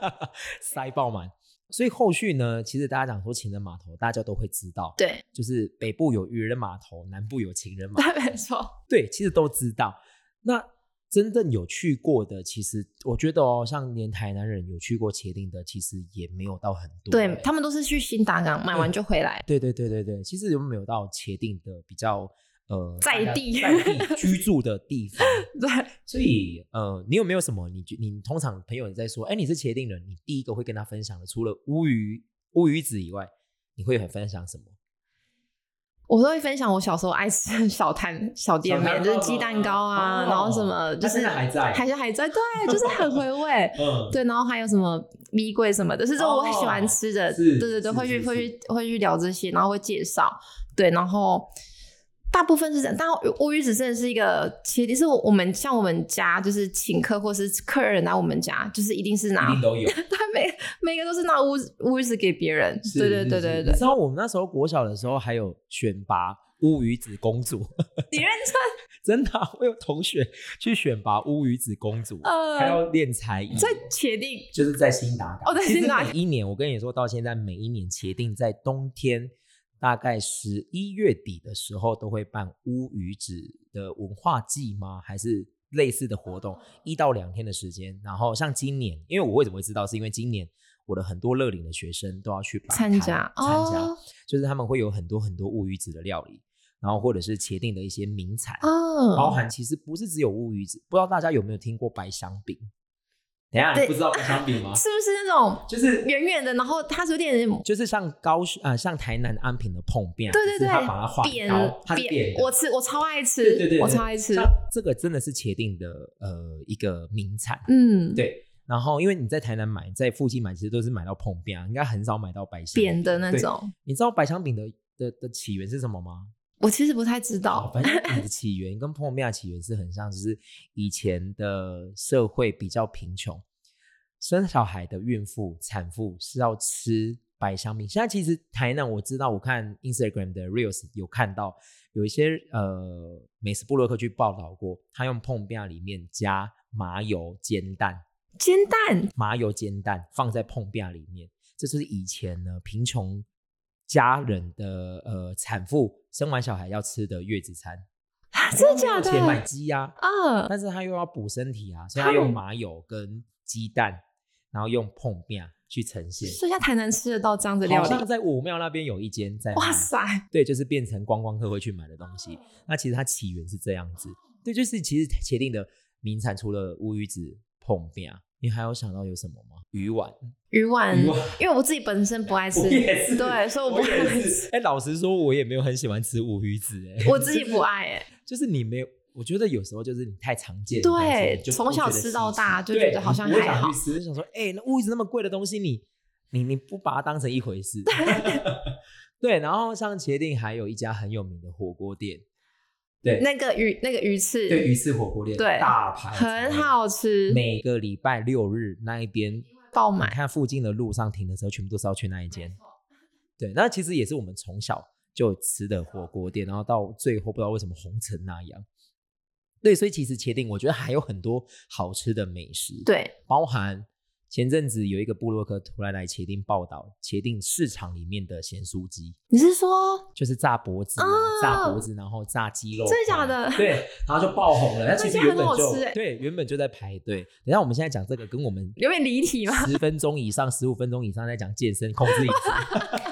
S1: 塞爆满。所以后续呢，其实大家讲说情人码头，大家都会知道，
S2: 对，
S1: 就是北部有渔人码头，南部有情人码头，
S2: 对，没错，
S1: 对，其实都知道。那真正有去过的，其实我觉得哦，像连台南人有去过茄定的，其实也没有到很多欸、
S2: 对他们都是去新达港买完就回来，
S1: 对对对对对，其实有没有到茄定的比较呃
S2: 在
S1: 大家
S2: 地
S1: 在地居住的地方？
S2: 对，
S1: 所以呃，你有没有什么你觉你通常朋友在说，哎，你是茄定人，你第一个会跟他分享的，除了乌鱼乌鱼子以外，你会很分享什么？
S2: 我都会分享我小时候爱吃的小摊小店面，就是鸡蛋糕啊，然后什么就是
S1: 还哦在。
S2: 还是还在，对，就是很回味
S1: 嗯，
S2: 对，然后还有什么米柜什么的，是这我很喜欢吃的。对对
S1: 哦是
S2: 对，会去
S1: 是
S2: 会
S1: 是
S2: 去会去聊这些，然后会介绍。对，然后大部分是这样，但乌鱼子真的是一个，其实是我们像我们家就是请客或是客人来我们家，就是一定是拿
S1: 一定，都 有。
S2: 对，每每个都是拿乌乌鱼子给别人。
S1: 是
S2: 对对对
S1: 是是
S2: 对
S1: 你
S2: 对
S1: 知，道我们那时候国小的时候还有选拔乌鱼子公主，
S2: 你认真
S1: 真的啊、我有同学去选拔乌鱼子公主，
S2: 呃
S1: 还要练才艺，
S2: 在茄定
S1: 就是在新达港。
S2: 哦在
S1: 其实
S2: 新达
S1: 每一年，我跟你说到现在，每一年茄定在冬天，大概十一月底的时候，都会办乌鱼子的文化祭吗？还是类似的活动？一到两天的时间。然后像今年，因为我为什么会知道，是因为今年我的很多乐龄的学生都要去摆
S2: 参
S1: 摊
S2: 加
S1: 参加，
S2: 哦
S1: 就是他们会有很多很多乌鱼子的料理，然后或者是茄定的一些名产。
S2: 哦，
S1: 包含其实不是只有乌鱼子，不知道大家有没有听过白香饼？等一下，你
S2: 对
S1: 不知道白香饼吗？
S2: 是不是那种
S1: 就是
S2: 圆圆的，然后它是有点
S1: 就是像高雄啊、像台南安平的碰面，
S2: 对对
S1: 只
S2: 对
S1: 是它把它画
S2: 扁
S1: 高，它是扁
S2: 扁，
S1: 的。
S2: 我吃我超爱吃，
S1: 对对对对
S2: 我超爱吃
S1: 像，这个真的是茄定的呃一个名产，
S2: 嗯，，
S1: 对。然后因为你在台南买，在附近买其实都是买到碰面，啊应该很少买到白香饼
S2: 扁的那种，
S1: 你知道白香饼的的的起源是什么吗？
S2: 我其实不太知
S1: 好，
S2: 道，
S1: 哦反正你的起源跟泡面的起源是很像，就是以前的社会比较贫穷，生小孩的孕妇、产妇是要吃白香饼。现在其实台南我知道，我看 Instagram 的 Reels 有看到有一些呃美食部落客去报道过，他用碰面啊里面加麻油煎蛋，
S2: 煎蛋，
S1: 麻油煎蛋放在碰饼里面，这就是以前呢贫穷家人的呃产妇生完小孩要吃的月子餐，
S2: 啊真的假
S1: 而且买
S2: 的？
S1: 鸡呀、
S2: 啊，
S1: 但是他又要补身体啊，所以
S2: 他
S1: 他用
S2: 们
S1: 麻油跟鸡蛋，然后用碰饼去呈现。
S2: 所以在台南吃得到这样子料
S1: 好
S2: 理，
S1: 像在武庙那边有一间在卖，
S2: 哇塞，哦
S1: 对，就是变成观光客会去买的东西。那其实它起源是这样子，对，就是其实茄定的名产除了乌鱼子、碰饼，你还有想到有什么吗？鱼丸。
S2: 鱼丸
S1: 鱼丸，
S2: 因为我自己本身不爱吃，
S1: 我也是
S2: 对，所以嗯不爱吃，
S1: 哎、老实说，我也没有很喜欢吃乌鱼子、哎，
S2: 我自己不爱，哎，
S1: 就是你没有，我觉得有时候就是你太常见，
S2: 对
S1: 你就
S2: 从小吃到大
S1: 不
S2: 就觉
S1: 稀奇
S2: 得好像
S1: 对你不会
S2: 还好
S1: 想去吃就想说，哎、那物质那么贵的东西你，你你不把它当成一回事。 对，然后像茄定还有一家很有名的火锅店，对，
S2: 那个鱼那个鱼翅，
S1: 对鱼翅火锅店，
S2: 对
S1: 大牌
S2: 很，好吃，
S1: 每个礼拜六日那一边
S2: 爆
S1: 你
S2: 买。
S1: 看附近的路上停的时候，全部都是要去那一间。对，那其实也是我们从小就吃的火锅店，然后到最后不知道为什么红成那样。对，所以其实茄定我觉得还有很多好吃的美食，，
S2: 对，
S1: 包含前阵子有一个部落客突然来茄定报道，茄定市场里面的咸酥鸡，
S2: 你是说
S1: 就是炸脖子、啊、
S2: 啊
S1: 炸脖子，然后炸鸡肉块，
S2: 真的假的
S1: 对，然后就爆红了。那其实
S2: 那
S1: 原
S2: 家
S1: 本
S2: 很好
S1: 就
S2: 吃欸
S1: 对，原本就在排队。等一下我们现在讲这个，跟我们
S2: 有点离题吗？
S1: 十分钟以上、十五分钟以上在讲健身控制饮 食。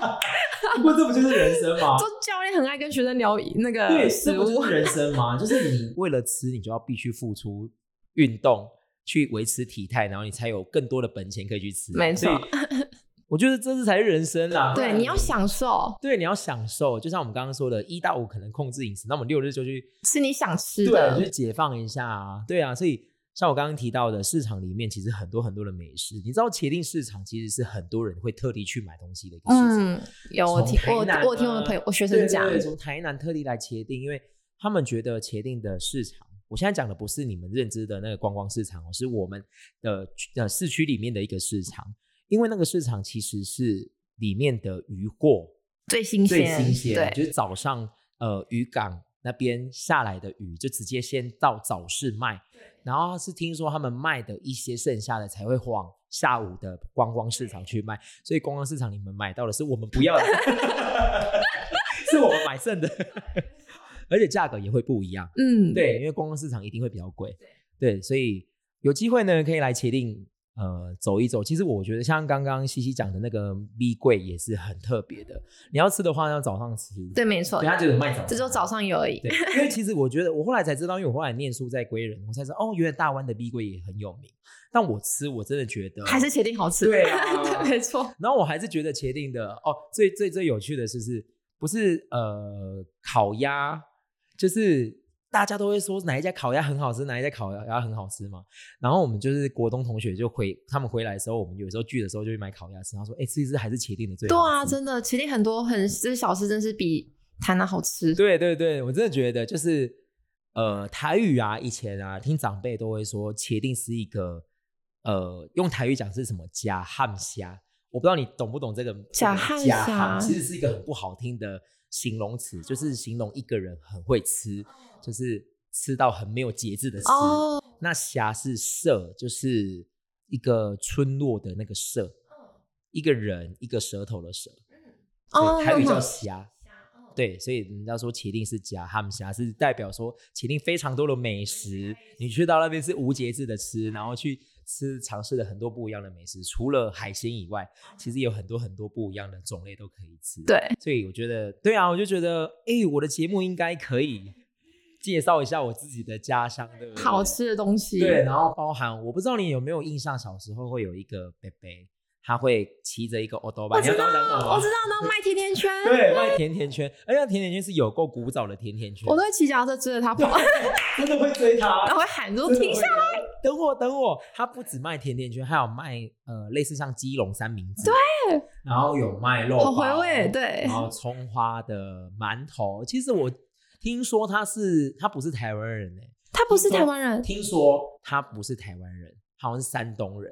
S1: 不过这不就是人生吗？
S2: 做教练很爱跟学生聊
S1: 对，
S2: 那个
S1: 这
S2: 食
S1: 不
S2: 物
S1: 就是，人生吗？就是你 为了吃，你就要必须付出运动去维持体态，然后你才有更多的本钱可以去吃。
S2: 没错
S1: 所以， 我觉得这是才是人生啦。
S2: 对，你啊要享受
S1: 对，你要享受，就像我们刚刚说的，一到五可能控制饮食，那我们六日就去
S2: 吃你想吃
S1: 对啊，
S2: 的
S1: 就，是解放一下啊，对啊，所以像我刚刚提到的，市场里面其实很多很多的美食，你知道茄定市场其实是很多人会特地去买东西的一个市场。
S2: 嗯，有我
S1: 从
S2: 听
S1: 台
S2: 我
S1: 南
S2: 我有听我
S1: 啊
S2: 的朋友我学
S1: 对
S2: 生
S1: 对
S2: 讲，
S1: 对从台南特地来茄定，因为他们觉得茄定的市场，我现在讲的不是你们认知的那个观光市场哦，是我们的呃市区里面的一个市场，因为那个市场其实是里面的渔货
S2: 最新
S1: 最
S2: 鲜，
S1: 新鲜，
S2: 对
S1: 就是早上呃渔港那边下来的鱼，就直接先到早市卖，然后是听说他们卖的一些剩下的才会往下午的观光市场去卖，所以观光市场你们买到的是我们不 要的， 是我们买剩的， 而且价格也会不一样，
S2: 嗯，
S1: 对，因为观光市场一定会比较贵，对，所以有机会呢可以来茄定。呃，走一走，其实我觉得像刚刚西西讲的那个米柜也是很特别的。你要吃的话，要早上吃。
S2: 对，没错
S1: 对，，他就是卖早餐，
S2: 这就早上有而已，
S1: 对，因为其实我觉得，我后来才知道，因为我后来念书在归仁，我才知道哦，原来大湾的碧桂也很有名。但我吃，我真的觉得
S2: 还是茄定好吃，
S1: 对啊
S2: 对没错，
S1: 然后我还是觉得茄定的哦，最最最有趣的是是不是呃烤鸭，就是大家都会说哪一家烤鸭很好吃，哪一家烤鸭很好吃嘛。然后我们就是国东同学就回他们回来的时候，我们有时候聚的时候就会买烤鸭吃，然后说哎、吃一吃还是茄定的最好
S2: 对啊，
S1: 吃
S2: 真的茄定很多很这小吃真是比台南好 吃，
S1: 对对对，我真的觉得就是呃，台语啊，以前啊，听长辈都会说，茄定是一个呃，用台语讲是什么假汉虾，我不知道你懂不懂这个
S2: 假
S1: 这个
S2: 汉
S1: 假
S2: 虾
S1: 汉其实是一个很不好听的形容词，就是形容一个人很会吃，就是吃到很没有节制的吃。
S2: 哦，
S1: 那霞是社，就是一个村落的那个社，一个人一个舌头的舌，
S2: 哦
S1: 对，台语叫霞。对，所以人家说茄定是甲他们霞是代表说茄定非常多的美食，你去到那边是无节制的吃，然后去吃尝试了很多不一样的美食，除了海鲜以外，其实有很多很多不一样的种类都可以吃。
S2: 对，
S1: 所以我觉得，对啊，我就觉得，哎，我的节目应该可以介绍一下我自己的家乡，对不对？
S2: 好吃的东西，
S1: 对，然后包含我不知道你有没有印象，小时候会有一个伯伯，他会骑着一个欧多巴，
S2: 我
S1: 你要
S2: 知
S1: 跟
S2: 道，
S1: 我讲什么
S2: 我
S1: 吗
S2: 知？道，那卖甜甜圈，
S1: 对，卖甜甜圈，而且那甜甜圈是有够古早的甜甜圈，
S2: 我都会骑脚踏车追着他跑，
S1: 真的会追
S2: 然
S1: 他，
S2: 后会喊说
S1: 真的
S2: 停下
S1: 会，追他，等我等我。他不止卖甜甜圈，还有卖呃类似像鸡笼三明治，对，然后有卖肉包，
S2: 好回味，对
S1: 然，后葱花的馒头。其实我听说他是他不是台湾人哎、
S2: 他不是台湾人，
S1: 听说他不是台湾人，好像是山东人，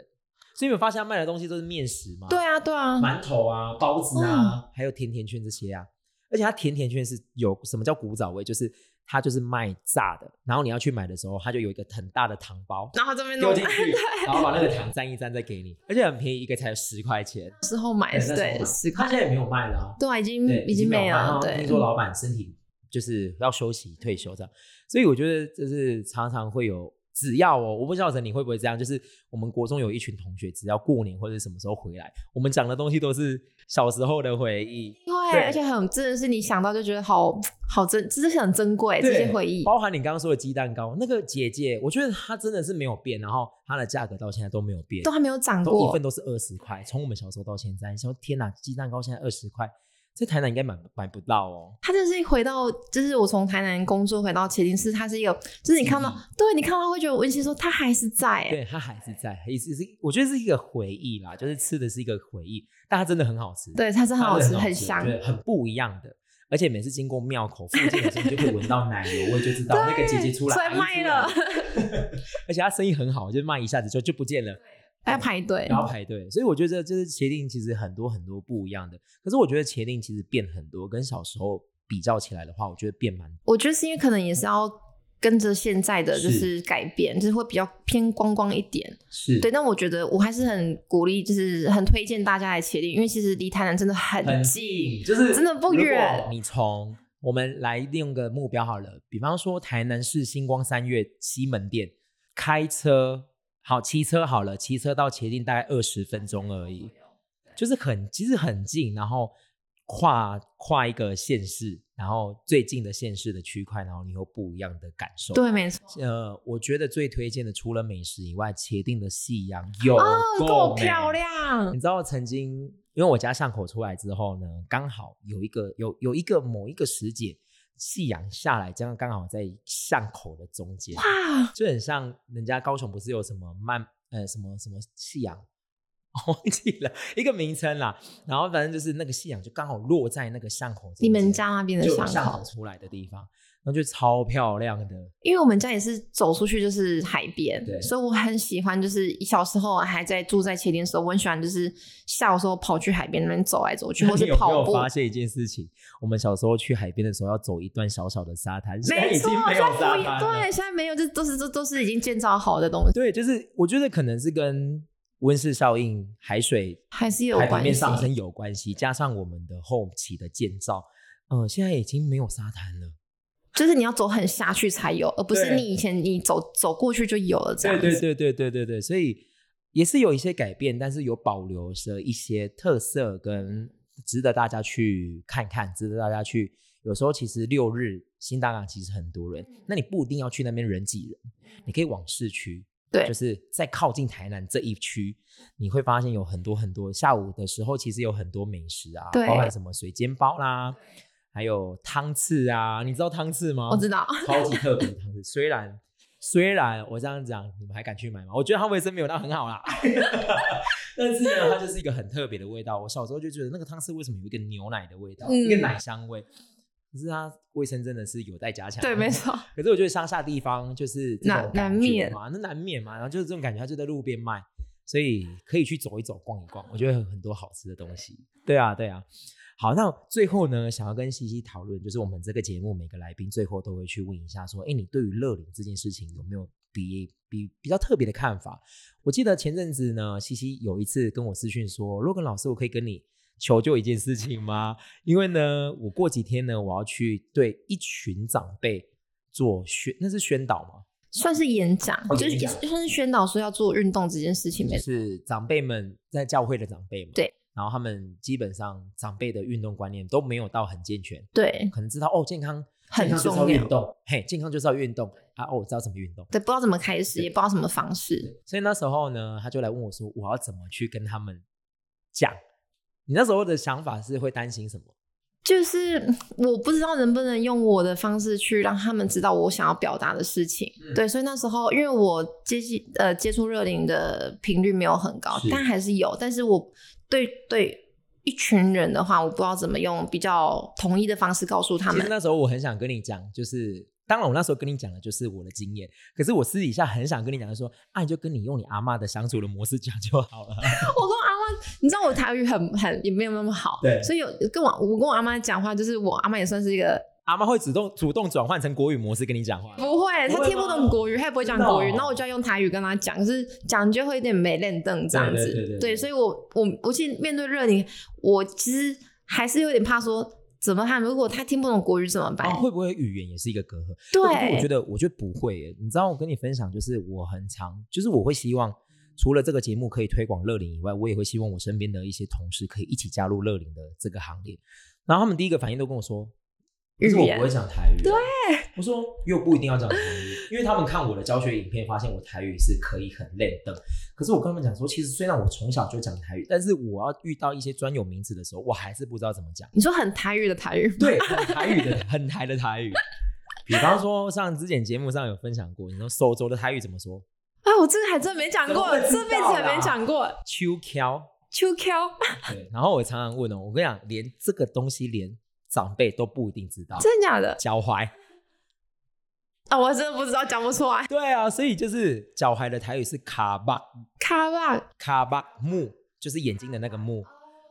S1: 所以你们发现他卖的东西都是面食吗？
S2: 对，啊，对啊，
S1: 馒头啊、包子啊，还有甜甜圈这些啊。而且它甜甜圈是有什么叫古早味，就是它就是卖炸的，然后你要去买的时候，它就有一个很大的糖包。
S2: 然后这边
S1: 丢
S2: 弄
S1: 进 去，然后把那个糖沾一沾再给你，而且很便宜，一个才十块钱。
S2: 之后买，
S1: 哎那时候
S2: 哎对，
S1: 买
S2: 十
S1: 他
S2: 块，
S1: 现在也没有卖了、啊。
S2: 对啊，已经
S1: 对，
S2: 已经没
S1: 有
S2: 了
S1: 办，法
S2: 对
S1: 听，说老板身体就是要休息退休这样，所以我觉得就是常常会有，只要哦，我不晓得你会不会这样，就是我们国中有一群同学，只要过年或者什么时候回来，我们讲的东西都是小时候的回忆。对
S2: 对，而且很真的是你想到就觉得好好珍，这是很珍贵这
S1: 对
S2: 些回忆，
S1: 包含你刚刚说的鸡蛋糕，那个姐姐，我觉得她真的是没有变，然后她的价格到现在都没有变，
S2: 都还没有长
S1: 都一
S2: 过
S1: 份，都是二十块，从我们小时候到现在，你说天哪，鸡蛋糕现在二十块，在台南应该买买不到哦。
S2: 它真的是回到，就是我从台南工作回到茄林市，它是一个，就是你看到，对你看到会觉得温馨，说它还是在、欸，
S1: 嗯对，它还是在，也是是，我觉得是一个回忆啦，就是吃的是一个回忆，但它真的很好吃，
S2: 对，它真的很好
S1: 真
S2: 吃，
S1: 的
S2: 很香。
S1: 对很不一样的。而且每次经过庙口附近的时候，你就可以闻到奶油味，就知道那个姐姐出来哎
S2: 出来卖了，
S1: 阿姨出来 而且她生意很好，就卖一下子就就不见了。
S2: 还要排队
S1: 然，后排队，所以我觉得就是茄定其实很多很多不一样的。可是我觉得茄定其实变很多，跟小时候比较起来的话，我觉得变蛮
S2: 我觉得是因为可能也是要跟着现在的就是是改变，就是会比较偏观光一点。
S1: 是
S2: 对，但我觉得我还是很鼓励，就是很推荐大家来茄林，因为其实离台南真的很
S1: 很
S2: 近。
S1: 近，就是
S2: 真的不远
S1: 如果你从我们来用个目标好了，比方说台南市星光三月西门店，开车好骑车好了，骑车到茄定大概二十分钟而已，就是很其实很近，然后跨跨一个县市，然后最近的县市的区块，然后你有不一样的感受。
S2: 对，没错。
S1: 呃，我觉得最推荐的除了美食以外，茄定的夕阳有
S2: 哦，够
S1: 美
S2: 漂亮
S1: 你！知道曾经，因为我家巷口出来之后呢，刚好有一个有有一个某一个时节，夕阳下来，这样刚好在巷口的中间，
S2: 哇，
S1: 就很像人家高雄不是有什么慢呃什么什么夕阳。 我忘记了一个名称啦，然后反正就是那个夕阳就刚好落在那个巷口中间，
S2: 你们家那边的
S1: 就
S2: 巷
S1: 巷
S2: 口
S1: 口，出来的地方，那就超漂亮的。
S2: 因为我们家也是走出去就是海边
S1: 对，
S2: 所以我很喜欢，就是小时候还在住在前店的时候，我很喜欢就是下午时候跑去海边那边走来走去，或
S1: 你
S2: 是
S1: 有没
S2: 跑
S1: 有
S2: 步。
S1: 发现一件事情？我们小时候去海边的时候要走一段小小的沙滩，现在
S2: 没
S1: 已
S2: 错，
S1: 经
S2: 现
S1: 没有
S2: 在
S1: 沙
S2: 不一
S1: 滩了
S2: 对，。现在没有，这都是这都是已经建造好的东西，
S1: 对，就是我觉得可能是跟温室效应、海水
S2: 还是有
S1: 海平
S2: 关
S1: 面
S2: 系。
S1: 上升有关系，加上我们的后期的建造，嗯、现在已经没有沙滩了。
S2: 就是你要走很下去才有，而不是
S1: 对
S2: 你以前你走走过去就有了这样
S1: 对
S2: 子。
S1: 对对对对对对，所以也是有一些改变，但是有保留着一些特色跟值得大家去看看，值得大家去。有时候其实六日新大港其实很多
S2: 嗯
S1: 人，那你不一定要去那边人挤人，你可以往市区，
S2: 对
S1: 就是在靠近台南这一区，你会发现有很多很多下午的时候，其实有很多美食啊，
S2: 对
S1: 包含什么水煎包啦，还有汤刺啊，你知道汤刺吗？
S2: 我知道，
S1: 超级特别的汤汁。虽然虽然我这样讲，你们还敢去买吗？我觉得它卫生没有到很好啦，但是呢，它就是一个很特别的味道。我小时候就觉得那个汤汁为什么有一个牛奶的味道，
S2: 嗯
S1: 一个奶香味？可是它卫生真的是有待加强。
S2: 对，没。错，
S1: 可是我觉得乡下地方就是这种
S2: 难
S1: 感觉
S2: 难免
S1: 嘛，那难免嘛，然后就是这种感觉，它就在路边卖，所以可以去走一走、逛一逛，我觉得有很多好吃的东西。对啊，对啊。好，那最后呢，想要跟西西讨论，就是我们这个节目每个来宾最后都会去问一下，说，哎，你对于乐龄这件事情有没有比比比较特别的看法？我记得前阵子呢，西西有一次跟我私讯说，洛根老师，我可以跟你求救一件事情吗？因为呢，我过几天呢，我要去对一群长辈做宣，那是宣导吗？
S2: 算是演讲，
S1: 哦
S2: 就是
S1: 演讲
S2: 算是宣导说要做运动这件事情，
S1: 就
S2: 没错。
S1: 是长辈们在教会的长辈们，
S2: 对，
S1: 然后他们基本上长辈的运动观念都没有到很健全，
S2: 对
S1: 可能知道哦，健康
S2: 很
S1: 健康就是要
S2: 重要
S1: 运动，嘿，健康就是要运动啊，哦，我知道怎么运动。
S2: 对，不知道怎么开始，也不知道什么方式。
S1: 所以那时候呢，他就来问我说，我要怎么去跟他们讲？你那时候的想法是会担心什么？
S2: 就是嗯我不知道能不能用我的方式去让他们知道我想要表达的事情。
S1: 嗯
S2: 对，所以那时候因为我接近呃接触热龄的频率没有很高
S1: 是，
S2: 但还是有。但是我对对一群人的话，我不知道怎么用比较统一的方式告诉他
S1: 其实
S2: 们。
S1: 那时候我很想跟你讲，就是当然我那时候跟你讲的就是我的经验，可是我私底下很想跟你讲的说，啊，你就跟你用你阿嬷的相处的模式讲就好了。
S2: 我跟我阿妈，你知道我台语很很也没有那么好，
S1: 对
S2: 所以有跟我我跟我阿妈讲话，就是我阿妈也算是一个
S1: 阿嬷会主动主动转换成国语模式跟你讲话。
S2: 不会，
S1: 不会
S2: 他
S1: 吗
S2: 听不懂国语，他也不会讲国语，
S1: 真的哦
S2: 那、我就要用台语跟他讲，可是讲就会有点没练凳这样子。
S1: 对对对对对
S2: 所以我我我其实面对热宁，我其实还是有点怕说怎么办？如果他听不懂国语怎么办？
S1: 啊、会不会语言也是一个隔阂？可是我觉
S2: 对，
S1: 得，我觉得不会耶。你知道，我跟你分享，就是我很常，就是我会希望，除了这个节目可以推广乐龄以外，我也会希望我身边的一些同事可以一起加入乐龄的这个行列。然后他们第一个反应都跟我说：“可是
S2: 语
S1: 我
S2: 言
S1: 不会讲台语。”对，我说又不一定要讲台语，因为他们看我的教学影片，发现我台语是可以很练的。可是我跟他们讲说，其实虽然我从小就讲台语，但是我要遇到一些专有名词的时候，我还是不知道怎么讲。
S2: 你说很台语的 台语吗，
S1: 对，很台语的，很台的台语。比方说，像之前节目上有分享过，你说手肘的台语怎么说？
S2: 啊，我这个还真没讲过，
S1: 怎么会知道啊
S2: 这辈子还没讲过。
S1: 秋敲。
S2: 秋 Q，
S1: 对，然后我常常问哦，我跟你讲，连这个东西连长辈都不一定知道，
S2: 真的假的？
S1: 脚踝。
S2: 啊，我真的不知道，讲不出来。
S1: 对啊，所以就是脚踝的台语是卡巴
S2: 卡吧，
S1: 卡巴目，就是眼睛的那个目。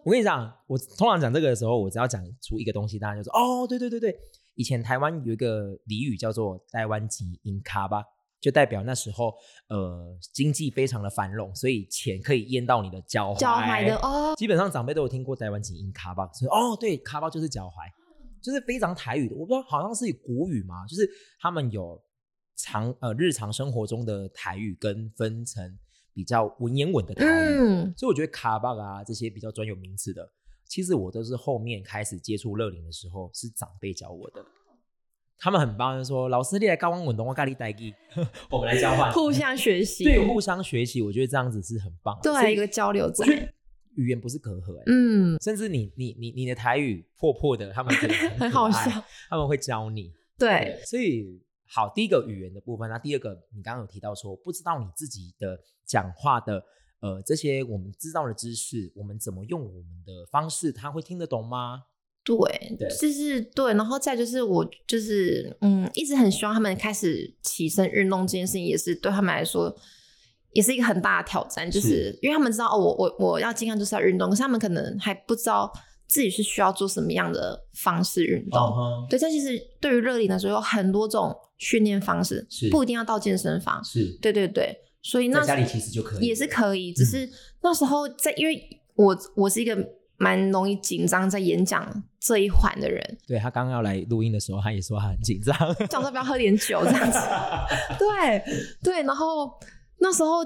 S1: 我跟你讲，我通常讲这个的时候，我只要讲出一个东西，大家就说哦，对对对对。以前台湾有一个俚语叫做“台湾吉因卡巴”，就代表那时候呃经济非常的繁荣，所以钱可以淹到你的脚踝。
S2: 脚踝的哦，
S1: 基本上长辈都有听过台湾琴音卡巴，所以哦，对，卡巴就是脚踝，就是非常台语的。我不知道好像是古语嘛，就是他们有常呃日常生活中的台语跟分成比较文言文的台语，
S2: 嗯，
S1: 所以我觉得卡巴啊这些比较专有名词的，其实我都是后面开始接触乐龄的时候是长辈教我的。他们很棒，就说老师你来教我广东话，咖喱代记， 我们来交换，
S2: 互相学习，
S1: 对互相学习，我觉得这样子是很棒的。所
S2: 对啊
S1: 以
S2: 一个交流
S1: 我
S2: 站
S1: 觉。得语言不是隔阂、欸，
S2: 嗯，
S1: 甚至你你你你的台语破破的，他们觉得
S2: 很
S1: 可
S2: 好
S1: 爱
S2: 笑，
S1: 他们会教你。
S2: 对，
S1: 哎所以好，第一个语言的部分，那第二个你刚刚有提到说，不知道你自己的讲话的呃这些我们知道的知识，我们怎么用我们的方式，他会听得懂吗？
S2: 对，
S1: 对
S2: 就是对，然后再就是我就是嗯，一直很希望他们开始起身运动这件事情，也是对他们来说也是一个很大的挑战，就是是因为他们知道哦，我我我要尽量就是要运动，可是他们可能还不知道自己是需要做什么样的方式运动。
S1: 哦，
S2: 对，但其实对于热力来说，有很多种训练方式
S1: 是，
S2: 不一定要到健身房。
S1: 是
S2: 对对对，所以那
S1: 在家里其实就可以，嗯
S2: 也是可以，只是那时候在，因为我我是一个蛮容易紧张在演讲这一环的人，
S1: 对他刚刚要来录音的时候，他也说他很紧张，
S2: 想说不要喝点酒这样子， 对对，然后那时候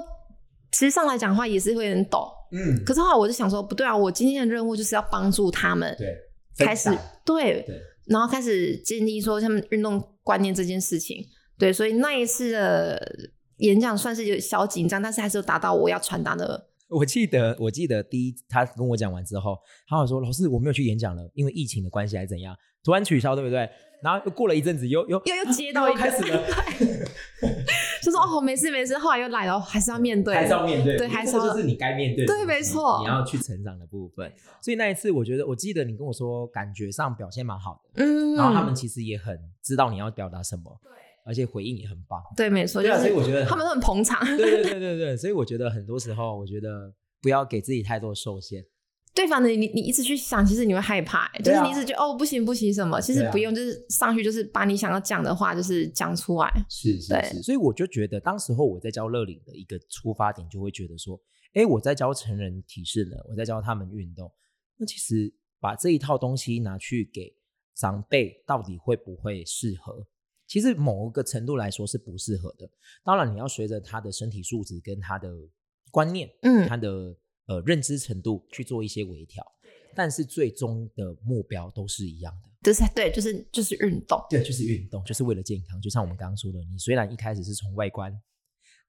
S2: 其实上来讲话也是会有点抖，
S1: 嗯，
S2: 可是后来我就想说，不对啊，我今天的任务就是要帮助他们
S1: 对，
S2: 开始
S1: 分享
S2: 对
S1: 对，
S2: 然后开始建立说他们运动观念这件事情。对，所以那一次的演讲算是有小紧张，但是还是有达到我要传达的。
S1: 我记得，我记得第一，他跟我讲完之后，他有说：“老师，我没有去演讲了，因为疫情的关系，还是怎样，突然取消，对不对？”然后又过了一阵子，又又
S2: 又又接到一
S1: 又
S2: 个
S1: 开始了，
S2: 就说哦，没事没事，后来又来了，还是要面对，
S1: 还是要面对，
S2: 对还是要
S1: 这就是你该面对的东西，
S2: 对没错
S1: 你要去成长的部分。所以那一次，我觉得，我记得你跟我说，感觉上表现蛮好的，
S2: 嗯，
S1: 然后他们其实也很知道你要表达什么，对，而且回应也很棒，
S2: 对，没错，
S1: 对
S2: 就
S1: 啊，所以
S2: 是
S1: 我觉得
S2: 他们都很捧场，
S1: 对对对对对，所以我觉得很多时候，我觉得不要给自己太多受限。
S2: 对，反正你你一直去想，其实你会害怕、欸就是
S1: 对啊
S2: 你一直觉得哦不行不行什么，其
S1: 对
S2: 实
S1: 啊
S2: 不用，就是上去就是把你想要讲的话就是讲出来，
S1: 是是
S2: 对
S1: 是，所以我就觉得，当时候我在教乐龄的一个出发点，就会觉得说，哎，我在教成人体适能，我在教他们运动，那其实把这一套东西拿去给长辈，到底会不会适合？其实某个程度来说是不适合的。当然，你要随着他的身体素质跟他的观念，
S2: 嗯
S1: 他的呃认知程度去做一些微调，但是最终的目标都是一样的。
S2: 就是对，就是就是运动，
S1: 对，就是运动，就是为了健康。就像我们刚刚说的，你虽然一开始是从外观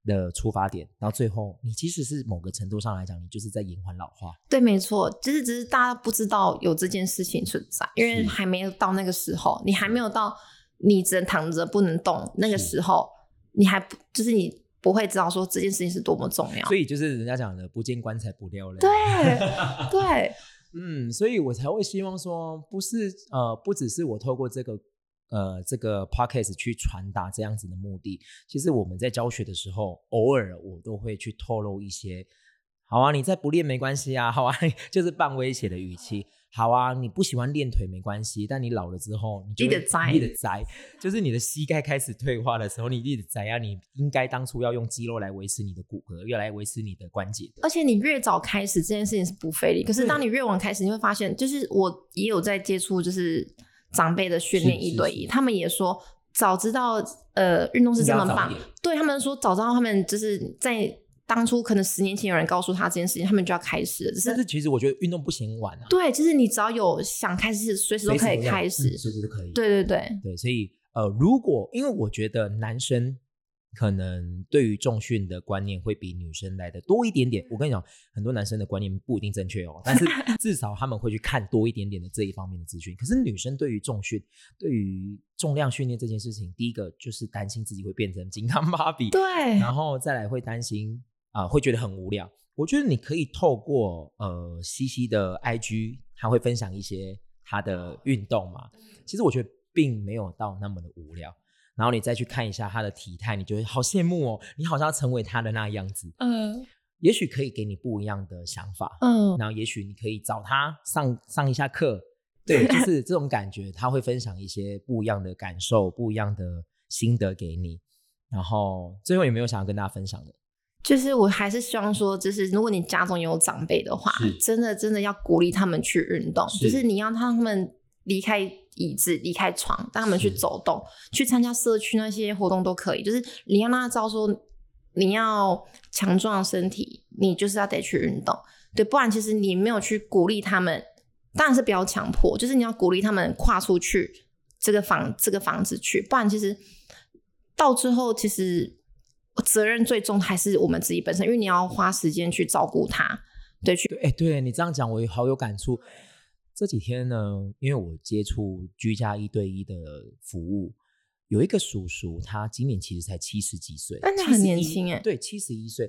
S1: 的出发点，到最后你即使是某个程度上来讲，你就是在延缓老化。
S2: 对，没错，就是只是大家不知道有这件事情存在，因为
S1: 是
S2: 还没有到那个时候，你还没有到你只能躺着不能动那个
S1: 是
S2: 时候，你还不就是你不会知道说这件事情是多么重要
S1: 所，以就是人家讲的“不见棺材不掉泪”。
S2: 对对，
S1: 嗯，所以我才会希望说，不是呃，不只是我透过这个呃这个 podcast 去传达这样子的目的。其实我们在教学的时候，偶尔我都会去透露一些，好啊，你再不练没关系啊，好 啊，就是半威胁的语气。好啊，你不喜欢练腿没关系，但你老了之后，你就
S2: 记得
S1: 会
S2: 栽
S1: 记得栽，就是你的膝盖开始退化的时候，你记得栽啊，你应该当初要用肌肉来维持你的骨骼，要来维持你的关节的。
S2: 而且你越早开始这件事情是不费力，可是当你越晚开始，你会发现，就是我也有在接触，就是长辈的训
S1: 是
S2: 练一对
S1: 是
S2: 一，他们也说早知道呃运动是真的
S1: 一定要早一
S2: 棒
S1: 点，
S2: 对他们说早知道他们就是在当初可能十年前有人告诉他这件事情，他们就要开始了，只
S1: 但
S2: 是
S1: 是其实我觉得运动不嫌晚啊，
S2: 对，就是你只要有想开始，随时都可以开始
S1: 嗯随，时都可以。
S2: 对对对
S1: 对，所以呃，如果因为我觉得男生可能对于重训的观念会比女生来的多一点点。我跟你讲，很多男生的观念不一定正确哦，但是至少他们会去看多一点点的这一方面的资讯。可是女生对于重训、对于重量训练这件事情，第一个就是担心自己会变成金刚芭比，
S2: 对，
S1: 然后再来会担心啊、会觉得很无聊。我觉得你可以透过呃西西的 IG，他会分享一些他的运动嘛。其实我觉得并没有到那么的无聊。然后你再去看一下他的体态，你就会好羡慕哦，你好像要成为他的那样子。
S2: 嗯
S1: 也许可以给你不一样的想法，
S2: 嗯，
S1: 然后也许你可以找他上上一下课，对，就是这种感觉，他会分享一些不一样的感受、不一样的心得给你。然后最后有没有想要跟大家分享的？
S2: 就是我还是希望说，就是如果你家中有长辈的话
S1: 是，
S2: 真的真的要鼓励他们去运动，
S1: 是
S2: 就是你要让他们离开椅子、离开床，让他们去
S1: 是
S2: 走动，去参加社区那些活动都可以。就是你要让他知道说，你要强壮身体，你就是要得去运动，对，不然其实你没有去鼓励他们，当然是不要强迫，就是你要鼓励他们跨出去这个房这个房子去，不然其实到最后其实责任最终还是我们自己本身，因为你要花时间去照顾他，对，去
S1: 对，哎，对你这样讲，我也好有感触。这几天呢，因为我接触居家一对一的服务，有一个叔叔，他今年其实才七十几岁，
S2: 但他很年
S1: 71
S2: 轻哎
S1: 对，七十一岁。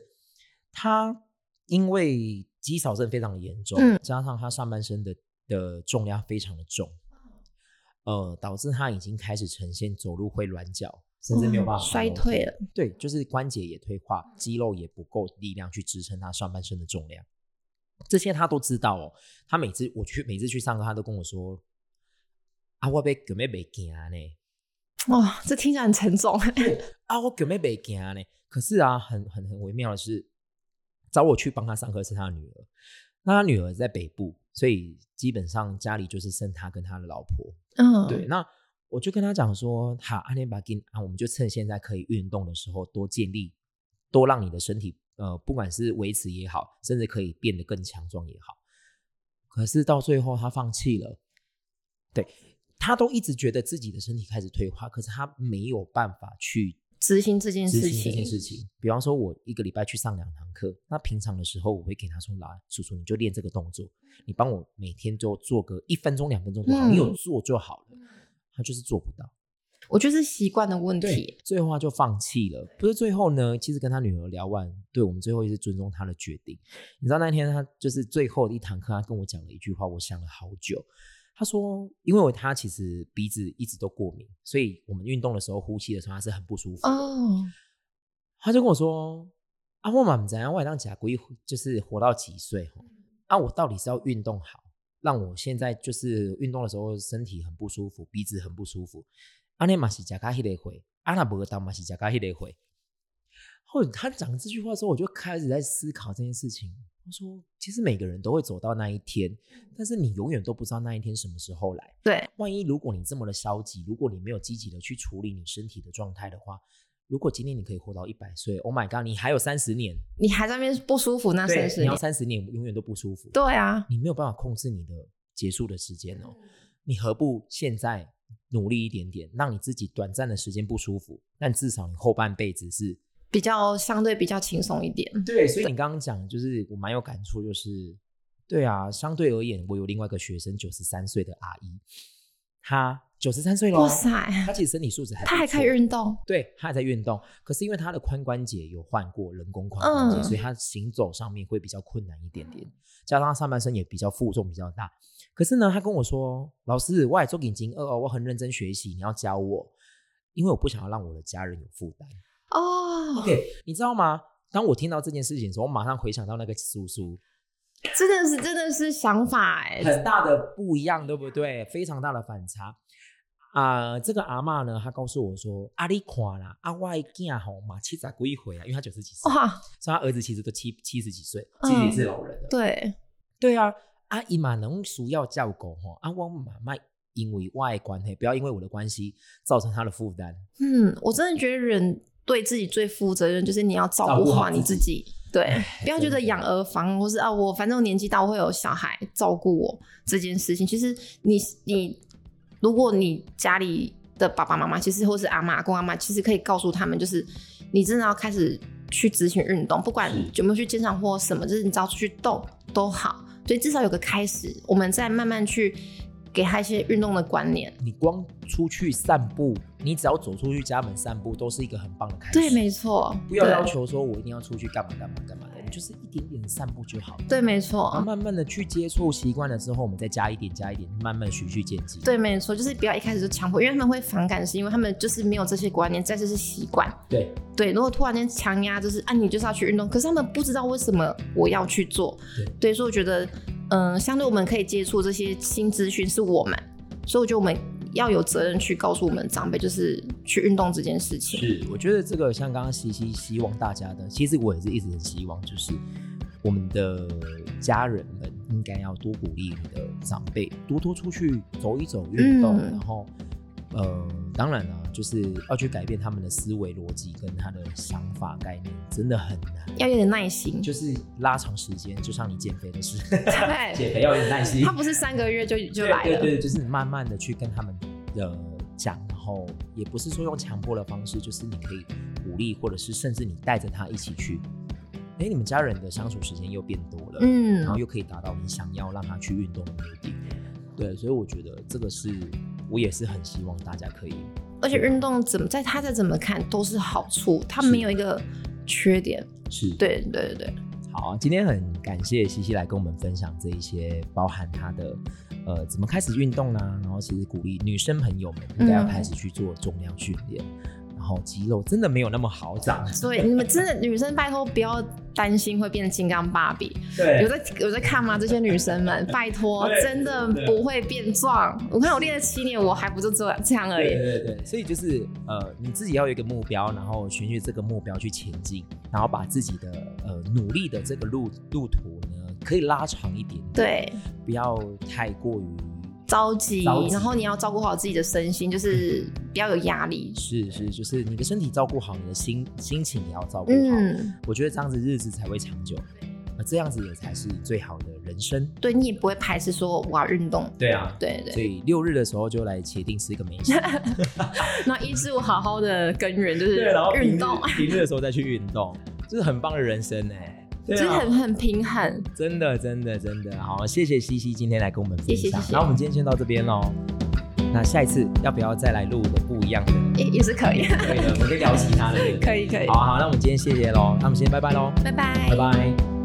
S1: 他因为肌少症非常严重，
S2: 嗯
S1: 加上他上半身的的重量非常的重，呃，导致他已经开始呈现走路会软脚，甚至没有办法
S2: 嗯衰
S1: 爬楼梯
S2: 退了。
S1: 对，就是关节也退化，肌肉也不够力量去支撑他上半身的重量。这些他都知道哦。他每次我去每次去上课，他都跟我说：“啊，我被狗妹被惊啊呢，
S2: 哦，这听起来很沉重，
S1: 啊，我狗妹被惊呢。”可是啊，很很很微妙的是，找我去帮他上课是他的女儿。那他女儿在北部，所以基本上家里就是剩他跟他的老婆。
S2: 嗯，
S1: 对，，那我就跟他讲说，好，阿联巴金啊，我们就趁现在可以运动的时候，多建立，多让你的身体，呃，不管是维持也好，甚至可以变得更强壮也好。可是到最后，他放弃了。对他都一直觉得自己的身体开始退化，可是他没有办法去
S2: 执行这件
S1: 执
S2: 事
S1: 行这件事
S2: 情，
S1: 情。比方说，我一个礼拜去上两堂课，那平常的时候我会给他说：“来，叔叔，你就练这个动作，你帮我每天就做个一分钟、两分钟就好，你有
S2: 嗯
S1: 做就好了。”他就是做不到，
S2: 我觉得是习惯的问题。
S1: 最后他就放弃了。不是最后呢？其实跟他女儿聊完，对我们最后也是尊重他的决定。你知道那天他就是最后一堂课，他跟我讲了一句话，我想了好久。他说，因为他其实鼻子一直都过敏，所以我们运动的时候、呼吸的时候，他是很不舒服的。
S2: 哦，
S1: 他就跟我说：“啊，我嘛不知道我当假龟就是活到几岁吼？啊，我到底是要运动好，让我现在就是运动的时候身体很不舒服，鼻子很不舒服。啊，那嘛是假咖迄类回，啊那不当嘛是假咖迄类回。”后来他讲这句话之后，我就开始在思考这件事情。我说，其实每个人都会走到那一天，但是你永远都不知道那一天什么时候来。
S2: 对，
S1: 万一如果你这么的消极，如果你没有积极的去处理你身体的状态的话，如果今天你可以活到一百岁，Oh my god，你还有三十年，
S2: 你还在那边不舒服那三十
S1: 你要
S2: 年，
S1: 三十年永远都不舒服，
S2: 对啊，
S1: 你没有办法控制你的结束的时间哦。你何不现在努力一点点，让你自己短暂的时间不舒服，但至少你后半辈子是
S2: 比较相对比较轻松一点。
S1: 对，所以你刚刚讲，就是我蛮有感触，就是对啊，相对而言，我有另外一个学生，九十三岁的阿姨，她九十三岁喽，
S2: 哇塞，
S1: 她其实身体素质还不
S2: 他还可以
S1: 错
S2: 运动，
S1: 对，他还在运动，可是因为他的髋关节有换过人工髋关节，
S2: 嗯
S1: 所以他行走上面会比较困难一点点，加上他上半身也比较负重比较大。可是呢，他跟我说：“老师，我也做眼睛二哦，我很认真学习，你要教我，因为我不想要让我的家人有负担。
S2: 哦
S1: OK，你知道吗？当我听到这件事情的时候，我马上回想到那个叔叔，
S2: 真的是真的是想法哎、
S1: 很大的不一样，对不对？非常大的反差。啊、这个阿嬷呢，她告诉我说：“啊，你看啦，啊，我的囝吼嘛七十几岁啊，因为她九十几岁，
S2: 哇，
S1: 所以他儿子其实都七七十几岁，
S2: 嗯
S1: 其实也是老人了。
S2: 对，
S1: 对啊，阿姨嘛能需要照顾吼，啊我妈妈因为我的关系，不要因为我的关系造成他的负担。
S2: 嗯，我真的觉得人对自己最负责任，就是你要照顾好你自己。哎对，不要觉得养儿防或是啊，我反正我年纪大，我会有小孩照顾我这件事情。其实你你，如果你家里的爸爸妈妈，其实或是阿妈、阿公、阿妈，其实可以告诉他们，就是你真的要开始去执行运动，不管有没有去健身或什么，就是你只要出去动都好，所以至少有个开始，我们再慢慢去给他一些运动的观念。
S1: 你光出去散步，你只要走出去家门散步，都是一个很棒的开始。
S2: 对，没错，
S1: 不要
S2: 对
S1: 要求说我一定要出去干嘛干嘛干嘛的，你就是一点点散步就好。
S2: 对，没
S1: 然后
S2: 错，
S1: 慢慢的去接触习惯了之后，我们再加一点加一点，慢慢循序渐进。
S2: 对，没错，就是不要一开始就强迫，因为他们会反感，是因为他们就是没有这些观念，再就是习惯。
S1: 对，
S2: 对，如果突然间强压，就是啊，你就是要去运动，可是他们不知道为什么我要去做。
S1: 对
S2: 所以我觉得，嗯、相对我们可以接触这些新资讯是我们，所以我觉得我们要有责任去告诉我们长辈，就是去运动这件事情。
S1: 是，我觉得这个像刚刚西西希望大家的，其实我也是一直很希望，就是我们的家人们应该要多鼓励你的长辈，多多出去走一走、运动，
S2: 嗯
S1: 然后呃，当然啊，就是要去改变他们的思维逻辑跟他的想法概念，真的很难。
S2: 要有点耐心，
S1: 就是拉长时间，就像你减肥的事，
S2: 对，
S1: 减肥要有点耐心
S2: 他。不是三个月就就来
S1: 对
S2: 了，
S1: 对对，就是慢慢的去跟他们的讲，然后也不是说用强迫的方式，就是你可以鼓励，或者是甚至你带着他一起去，哎，你们家人的相处时间又变多了，
S2: 嗯
S1: 然，后又可以达到你想要让他去运动的目的。对，所以我觉得这个是我也是很希望大家可以
S2: 而且运动怎么在他再怎么看都是好处，他没有一个缺点。
S1: 是
S2: 对对对对，
S1: 好啊，今天很感谢西西来跟我们分享这一些，包含她的呃怎么开始运动啦、然后其实鼓励女生朋友们应该要
S2: 嗯
S1: 开始去做重量训练，然后肌肉真的没有那么好长。
S2: 所以你们真的女生拜托不要担心会变金刚芭比，有
S1: 对，
S2: 在有在看吗？这些女生们，拜托，
S1: 对
S2: 真的不会变壮。我看我练了七年，我还不就这这样而
S1: 对
S2: 已。
S1: 对对，所以就是呃你自己要有一个目标，然后循着这个目标去前进，然后把自己的呃努力的这个路路途呢可以拉长一点点，，
S2: 对，
S1: 不要太过于
S2: 着急
S1: 着急，
S2: 然后你要照顾好自己的身心，就是不要有压力。
S1: 是是就是你的身体照顾好，你的心心情也要照顾好。
S2: 嗯，
S1: 我觉得这样子日子才会长久，而这样子也才是最好的人生。
S2: 对你也不会排斥说我要运动。
S1: 对啊，
S2: 对对
S1: 所以六日的时候就来茄定吃一个美 食，
S2: 那一至五好好的根源就是
S1: 平
S2: 运
S1: 日
S2: 动，
S1: 平日的时候再去运动，这是很棒的人生哎、
S2: 就
S1: 对
S2: 是
S1: 啊，
S2: 很很平衡。
S1: 真的真的真的好，谢谢西西今天来跟我们分
S2: 谢谢
S1: 享。
S2: 谢谢
S1: 那我们今天先到这边喽，那下一次要不要再来录个不一样的？
S2: 也也是可以，
S1: 可以的，我们可以聊其他的。对不对
S2: 可以可以
S1: 好。啊好，那我们今天谢谢喽，那我们先拜拜喽，
S2: 拜拜，
S1: 拜拜。